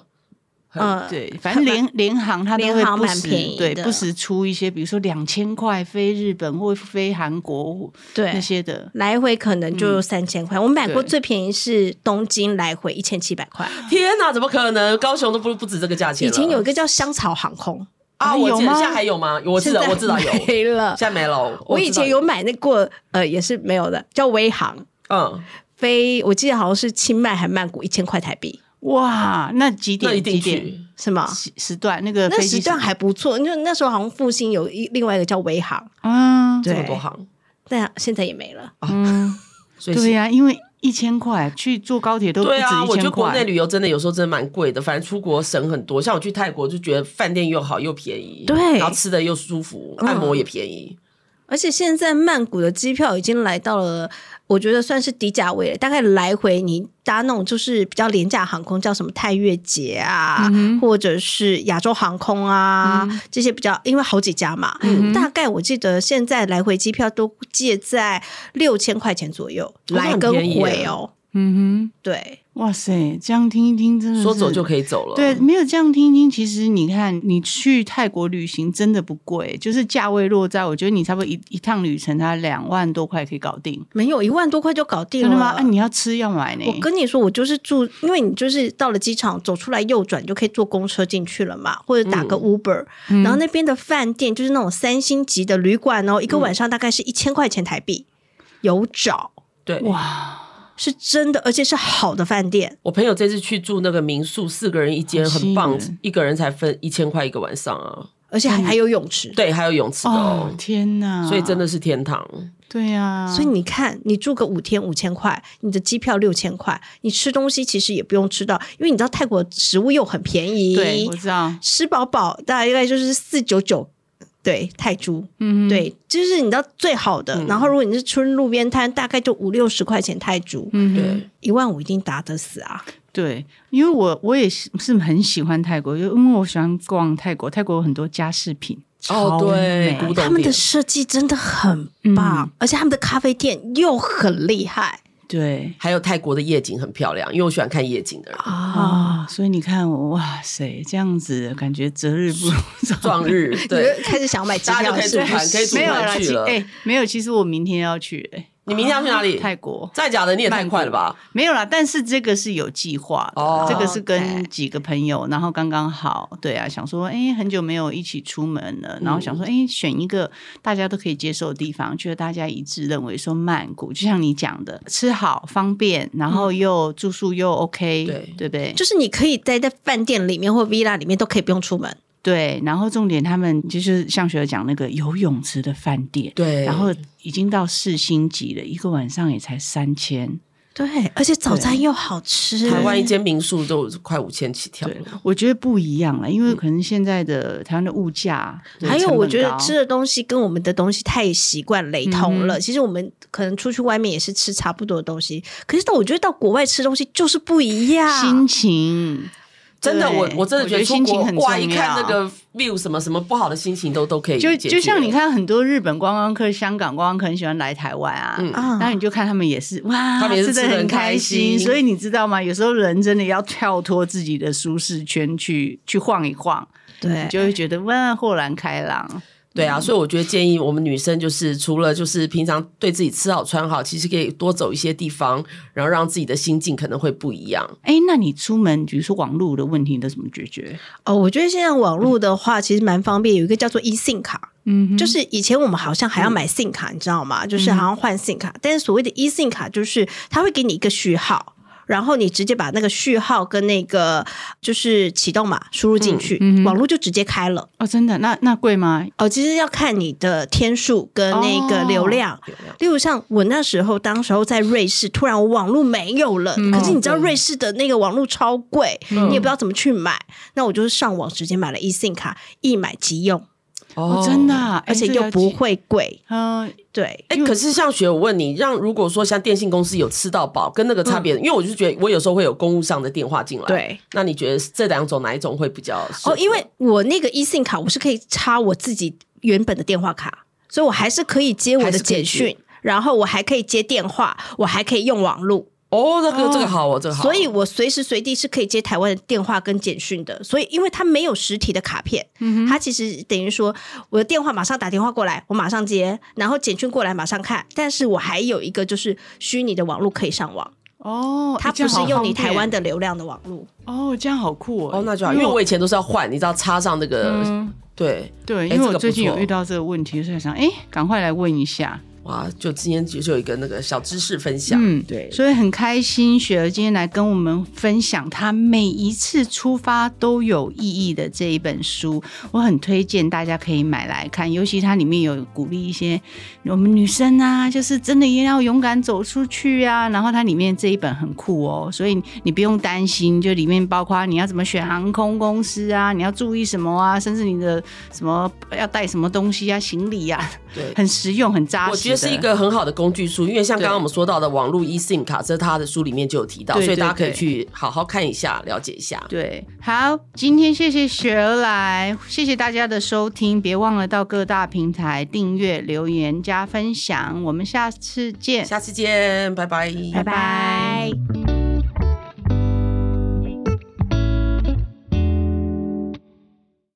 [SPEAKER 3] 很
[SPEAKER 2] 呃，
[SPEAKER 4] 对，反 正联联航它都
[SPEAKER 2] 联
[SPEAKER 4] 会
[SPEAKER 2] 航
[SPEAKER 4] 不
[SPEAKER 2] 蛮
[SPEAKER 4] 时
[SPEAKER 2] 便宜
[SPEAKER 4] 对
[SPEAKER 2] 的
[SPEAKER 4] 不时出一些，比如说两千块飞日本或飞韩国
[SPEAKER 2] 对
[SPEAKER 4] 那些的，
[SPEAKER 2] 来回可能就三千块，我买过
[SPEAKER 4] 对
[SPEAKER 2] 最便宜是东京来回一千七百块，
[SPEAKER 3] 天哪，怎么可能？高雄都不不止这个价钱
[SPEAKER 2] 以
[SPEAKER 3] 了。
[SPEAKER 2] 前有一个叫香草航空，
[SPEAKER 3] 啊，
[SPEAKER 4] 还
[SPEAKER 3] 我
[SPEAKER 4] 有
[SPEAKER 3] 记得
[SPEAKER 4] 吗
[SPEAKER 3] 现在还有吗？我知道，
[SPEAKER 2] 现在
[SPEAKER 3] 我知道有，现
[SPEAKER 2] 没了。
[SPEAKER 3] 在没 了。
[SPEAKER 2] 我以
[SPEAKER 3] 知道
[SPEAKER 2] 前有，买那过，呃，也是没有的，叫微航
[SPEAKER 3] 嗯，
[SPEAKER 2] 飞，我记得好像是清迈还曼谷一千块台币，
[SPEAKER 4] 哇，那几
[SPEAKER 3] 那
[SPEAKER 4] 点？
[SPEAKER 3] 一定
[SPEAKER 4] 几点？
[SPEAKER 3] 去。
[SPEAKER 2] 是吗？
[SPEAKER 4] 时时段那个
[SPEAKER 2] 那
[SPEAKER 4] 飞机
[SPEAKER 2] 时段还不错，因为那时候好像复兴有一另外一个叫微航，
[SPEAKER 4] 啊，
[SPEAKER 3] 这么多
[SPEAKER 2] 对，
[SPEAKER 3] 行，
[SPEAKER 2] 但现在也没了。
[SPEAKER 4] 嗯，
[SPEAKER 3] 所以
[SPEAKER 4] 对
[SPEAKER 3] 是。
[SPEAKER 4] 呀、因为一千块去坐高铁都不止
[SPEAKER 3] 对啊，我觉
[SPEAKER 4] 一
[SPEAKER 3] 得
[SPEAKER 4] 千
[SPEAKER 3] 国内
[SPEAKER 4] 块。
[SPEAKER 3] 旅游真的有时候真的蛮贵的，反正出国省很多。像我去泰国就觉得饭店又好又便宜，
[SPEAKER 2] 对
[SPEAKER 3] 然后吃的又舒服，
[SPEAKER 2] 嗯
[SPEAKER 3] 按摩也便宜。
[SPEAKER 2] 而且现在曼谷的机票已经来到了，我觉得算是低价位了。大概来回你搭那种就是比较廉价航空，叫什么泰越捷啊，
[SPEAKER 3] 嗯
[SPEAKER 2] 或者是亚洲航空啊，这些比较，因为好几家嘛，
[SPEAKER 3] 嗯
[SPEAKER 2] 大概我记得现在来回机票都介在六千块钱左右，
[SPEAKER 3] 那
[SPEAKER 2] 来
[SPEAKER 3] 很
[SPEAKER 2] 跟
[SPEAKER 3] 便宜耶
[SPEAKER 2] 回哦。
[SPEAKER 4] 嗯
[SPEAKER 2] 对，
[SPEAKER 4] 哇塞，这样听一听真的是
[SPEAKER 3] 说走就可以走了。
[SPEAKER 4] 嗯对，没有这样听听，其实你看，你去泰国旅行真的不贵，就是价位落在，我觉得你差不多一一趟旅程，它两万多块可以搞定，
[SPEAKER 2] 没有一万多块就搞定
[SPEAKER 4] 真
[SPEAKER 2] 了
[SPEAKER 4] 的吗？啊，你要吃要买呢，
[SPEAKER 2] 我跟你说，我就是住，因为你就是到了机场走出来右转就可以坐公车进去了嘛，或者打
[SPEAKER 4] 嗯
[SPEAKER 2] 个 Uber，、然后那边的饭店就是那种三星级的旅馆哦，一
[SPEAKER 4] 嗯
[SPEAKER 2] 个晚上大概是一千块钱台币，有找
[SPEAKER 3] 对，
[SPEAKER 4] 哇，
[SPEAKER 2] 是真的，而且是好的饭店。
[SPEAKER 3] 我朋友这次去住那个民宿，四个人一间，
[SPEAKER 4] 好吸
[SPEAKER 3] 很
[SPEAKER 4] 引
[SPEAKER 3] 棒
[SPEAKER 4] 人，
[SPEAKER 3] 一个人才分一千块一个晚上啊。
[SPEAKER 2] 而
[SPEAKER 4] 嗯
[SPEAKER 2] 且还还有泳池，
[SPEAKER 3] 对，还有泳池的
[SPEAKER 4] 哦
[SPEAKER 3] 哦，
[SPEAKER 4] 天哪，
[SPEAKER 3] 所以真的是天堂。
[SPEAKER 4] 对啊呀，
[SPEAKER 2] 所以你看，你住个五天五千块，你的机票六千块，你吃东西其实也不用吃到，因为你知道泰国食物又很便宜，
[SPEAKER 4] 对，我知道，
[SPEAKER 2] 吃饱饱大概就是四九九，对泰铢，
[SPEAKER 4] 嗯，，
[SPEAKER 2] 对，就是你知道最好的。
[SPEAKER 3] 嗯
[SPEAKER 2] 然后如果你是吃路边摊，大概就五六十块钱泰铢，
[SPEAKER 4] 嗯哼。
[SPEAKER 3] 对，
[SPEAKER 2] 一万五一定打得死啊！
[SPEAKER 4] 对，因为我我也是是很喜欢泰国，就因为我喜欢逛泰国，泰国有很多家饰品，
[SPEAKER 3] 哦
[SPEAKER 4] 超
[SPEAKER 3] 对
[SPEAKER 4] 美，
[SPEAKER 3] 古
[SPEAKER 2] 他
[SPEAKER 3] 董
[SPEAKER 2] 们的
[SPEAKER 3] 店。
[SPEAKER 2] 设计真的很
[SPEAKER 3] 嗯
[SPEAKER 2] 棒，而且他们的咖啡店又很厉害
[SPEAKER 4] 对
[SPEAKER 3] 还有泰国的夜景很漂亮，因为我喜欢看夜景的人。
[SPEAKER 2] 啊！
[SPEAKER 4] 啊、所以你看我，哇塞，这样子感觉择日不如
[SPEAKER 3] 撞日
[SPEAKER 2] 对，
[SPEAKER 3] 对，
[SPEAKER 2] 开始想买机
[SPEAKER 3] 大家
[SPEAKER 2] 票
[SPEAKER 3] 就可以组
[SPEAKER 2] 是不
[SPEAKER 3] 团，
[SPEAKER 2] 是
[SPEAKER 3] 可以组
[SPEAKER 4] 没有啦，
[SPEAKER 3] 团去
[SPEAKER 4] 其
[SPEAKER 3] 了。
[SPEAKER 4] 哎、没有，其实我明天要去、哎，
[SPEAKER 3] 你明天要去哪里？
[SPEAKER 4] 泰国。
[SPEAKER 3] 再假的，你也太快了吧！
[SPEAKER 4] 没有啦，但是这个是有计划的
[SPEAKER 3] 哦
[SPEAKER 4] 啦，这个是
[SPEAKER 2] OK
[SPEAKER 4] 跟几个朋友，然后刚刚好，对啊，想说，哎，很久没有一起出门了，然后想说，哎，选一个大家都可以接受的地方，觉得大家一致认为说曼谷，就像你讲的，吃好方便，然后又住宿又 OK，
[SPEAKER 3] 对
[SPEAKER 4] 对不对？
[SPEAKER 2] 就是你可以待在饭店里面或 villa 里面都可以不用出门，
[SPEAKER 4] 对，然后重点他们就是像学讲那个游泳池的饭店，
[SPEAKER 3] 对，
[SPEAKER 4] 然后已经到四星级了，一个晚上也才三千，
[SPEAKER 2] 对，而且早餐又好吃。
[SPEAKER 3] 台湾一间民宿都快五千起跳
[SPEAKER 4] 对
[SPEAKER 3] 了。，
[SPEAKER 4] 我觉得不一样了，因
[SPEAKER 3] 嗯
[SPEAKER 4] 为可能现在的台湾的物价，对
[SPEAKER 2] 还有，
[SPEAKER 4] 成本
[SPEAKER 2] 我觉得
[SPEAKER 4] 高嗯
[SPEAKER 2] 吃的东西跟我们的东西太习惯雷同了。其实我们可能出去外面也是吃差不多的东西，可是到我觉得到国外吃东西就是不一样
[SPEAKER 4] 心。情，
[SPEAKER 3] 真的，
[SPEAKER 4] 对
[SPEAKER 3] 我我真的觉得出
[SPEAKER 4] 心情
[SPEAKER 3] 国
[SPEAKER 4] 很
[SPEAKER 3] 哇，
[SPEAKER 4] 重
[SPEAKER 3] 一看
[SPEAKER 4] 要
[SPEAKER 3] 那个 view 什么什么不好的心情都都可以
[SPEAKER 4] 就
[SPEAKER 3] 解
[SPEAKER 4] 就像
[SPEAKER 3] 决
[SPEAKER 4] 你，看很多日本观光客、香港观光客很喜欢来台湾啊。
[SPEAKER 3] 嗯
[SPEAKER 2] 啊
[SPEAKER 4] 然后你就看他们也是哇，
[SPEAKER 3] 他们也是
[SPEAKER 4] 吃
[SPEAKER 3] 吃
[SPEAKER 4] 的
[SPEAKER 3] 得很
[SPEAKER 4] 很
[SPEAKER 3] 开
[SPEAKER 4] 开
[SPEAKER 3] 心
[SPEAKER 4] 心，所以你知道吗？有时候人真的要跳脱自己的舒适圈去去晃一晃，
[SPEAKER 2] 对
[SPEAKER 4] 你，就会觉得哇，豁然开朗。
[SPEAKER 3] 对啊，所以我觉得建议我们女生就是除了就是平常对自己吃好穿好，其实可以多走一些地方，然后让自己的心境可能会不一样。
[SPEAKER 4] 哎，那你出门，比如说网络的问题，你都怎么解决？
[SPEAKER 2] 哦，我觉得现在网络的话其实蛮方便，有一个叫做 eSIM 卡，
[SPEAKER 4] 嗯
[SPEAKER 2] 就是以前我们好像还要买 SIM 卡，你知道吗？就是好像换 SIM 卡，但是所谓的 eSIM 卡就是它会给你一个序号。然后你直接把那个序号跟那个就是启动码输入进去，
[SPEAKER 4] 嗯嗯哼
[SPEAKER 2] 网络就直接开了。
[SPEAKER 4] 哦，真的，那那贵吗？
[SPEAKER 2] 哦，其实要看你的天数跟那
[SPEAKER 3] 哦
[SPEAKER 2] 个流量。
[SPEAKER 3] 啊
[SPEAKER 2] 例如像我那时候，当时候在瑞士，突然我网络没有了，可是你知道
[SPEAKER 3] 嗯对
[SPEAKER 2] 瑞士的那个网络超贵，
[SPEAKER 3] 嗯
[SPEAKER 2] 你也不知道怎么去买。那我就是上网直接买了 eSIM 卡，一买即用，
[SPEAKER 4] 哦，真的啊、哎
[SPEAKER 2] 而且又不，会贵。
[SPEAKER 4] 这了解嗯
[SPEAKER 2] 对，
[SPEAKER 3] 哎、可是像学，我问你，让如果说像电信公司有吃到饱，跟那个差别，因为我就觉得我有时候会有公务上的电话进来，
[SPEAKER 2] 对，
[SPEAKER 3] 那你觉得这两种哪一种会比较适合？
[SPEAKER 2] 哦，因为我那个 eSIM 卡我是可以插我自己原本的电话卡，所以我还是可以接我
[SPEAKER 3] 还
[SPEAKER 2] 的
[SPEAKER 3] 是可以
[SPEAKER 2] 简讯，然后我还可以接电话，我还可以用网络。
[SPEAKER 3] 哦，这个这个好哦，这个好，
[SPEAKER 2] 所以我随时随地是可以接台湾的电话跟简讯的。所以，因为它没有实体的卡片，
[SPEAKER 4] 嗯
[SPEAKER 2] 它其实等于说我的电话马上打电话过来，我马上接，然后简讯过来马上看。但是我还有一个就是虚拟的网络可以上网，
[SPEAKER 4] 哦，
[SPEAKER 2] 它
[SPEAKER 4] 哎这
[SPEAKER 2] 不
[SPEAKER 4] 样
[SPEAKER 2] 是
[SPEAKER 4] 好
[SPEAKER 2] 用你
[SPEAKER 4] 方便
[SPEAKER 2] 台湾的流量的网络。
[SPEAKER 4] 哦，这样好酷哦。
[SPEAKER 3] 哦，那就好，因为我以前都是要换，你知道插上那个、
[SPEAKER 4] 嗯
[SPEAKER 3] 对，
[SPEAKER 4] 对，
[SPEAKER 3] 哎
[SPEAKER 4] 因为
[SPEAKER 3] 这
[SPEAKER 4] 我
[SPEAKER 3] 个
[SPEAKER 4] 最
[SPEAKER 3] 不
[SPEAKER 4] 近有
[SPEAKER 3] 错
[SPEAKER 4] 遇到这个问题，所以想哎，赶快来问一下。
[SPEAKER 3] 哇，就今天就就有一个那个小知识分享，
[SPEAKER 4] 嗯
[SPEAKER 3] 对，
[SPEAKER 4] 所以很开心，雪儿今天来跟我们分享她每一次出发都有意义的这一本书，我很推荐大家可以买来看，尤其它里面有鼓励一些我们女生啊，就是真的也要勇敢走出去啊。然后它里面这一本很酷哦，所以你不用担心，就里面包括你要怎么选航空公司啊，你要注意什么啊，甚至你的什么要带什么东西啊，行李啊，
[SPEAKER 3] 对。
[SPEAKER 4] 很实用，很扎实的。
[SPEAKER 3] 我觉得是一个很好的工具书，因为像刚刚
[SPEAKER 4] 对
[SPEAKER 3] 我们说到的网络 eSIM 卡，这他的书里面就有提到，
[SPEAKER 4] 对
[SPEAKER 3] 所以大家可
[SPEAKER 4] 对
[SPEAKER 3] 以
[SPEAKER 4] 对
[SPEAKER 3] 去好好看一下，了解一下。
[SPEAKER 4] 对，好，今天谢谢雪儿来，谢谢大家的收听，别忘了到各大平台订阅、留言、加分享，我们下次见，
[SPEAKER 3] 下次见，拜拜。
[SPEAKER 4] 拜拜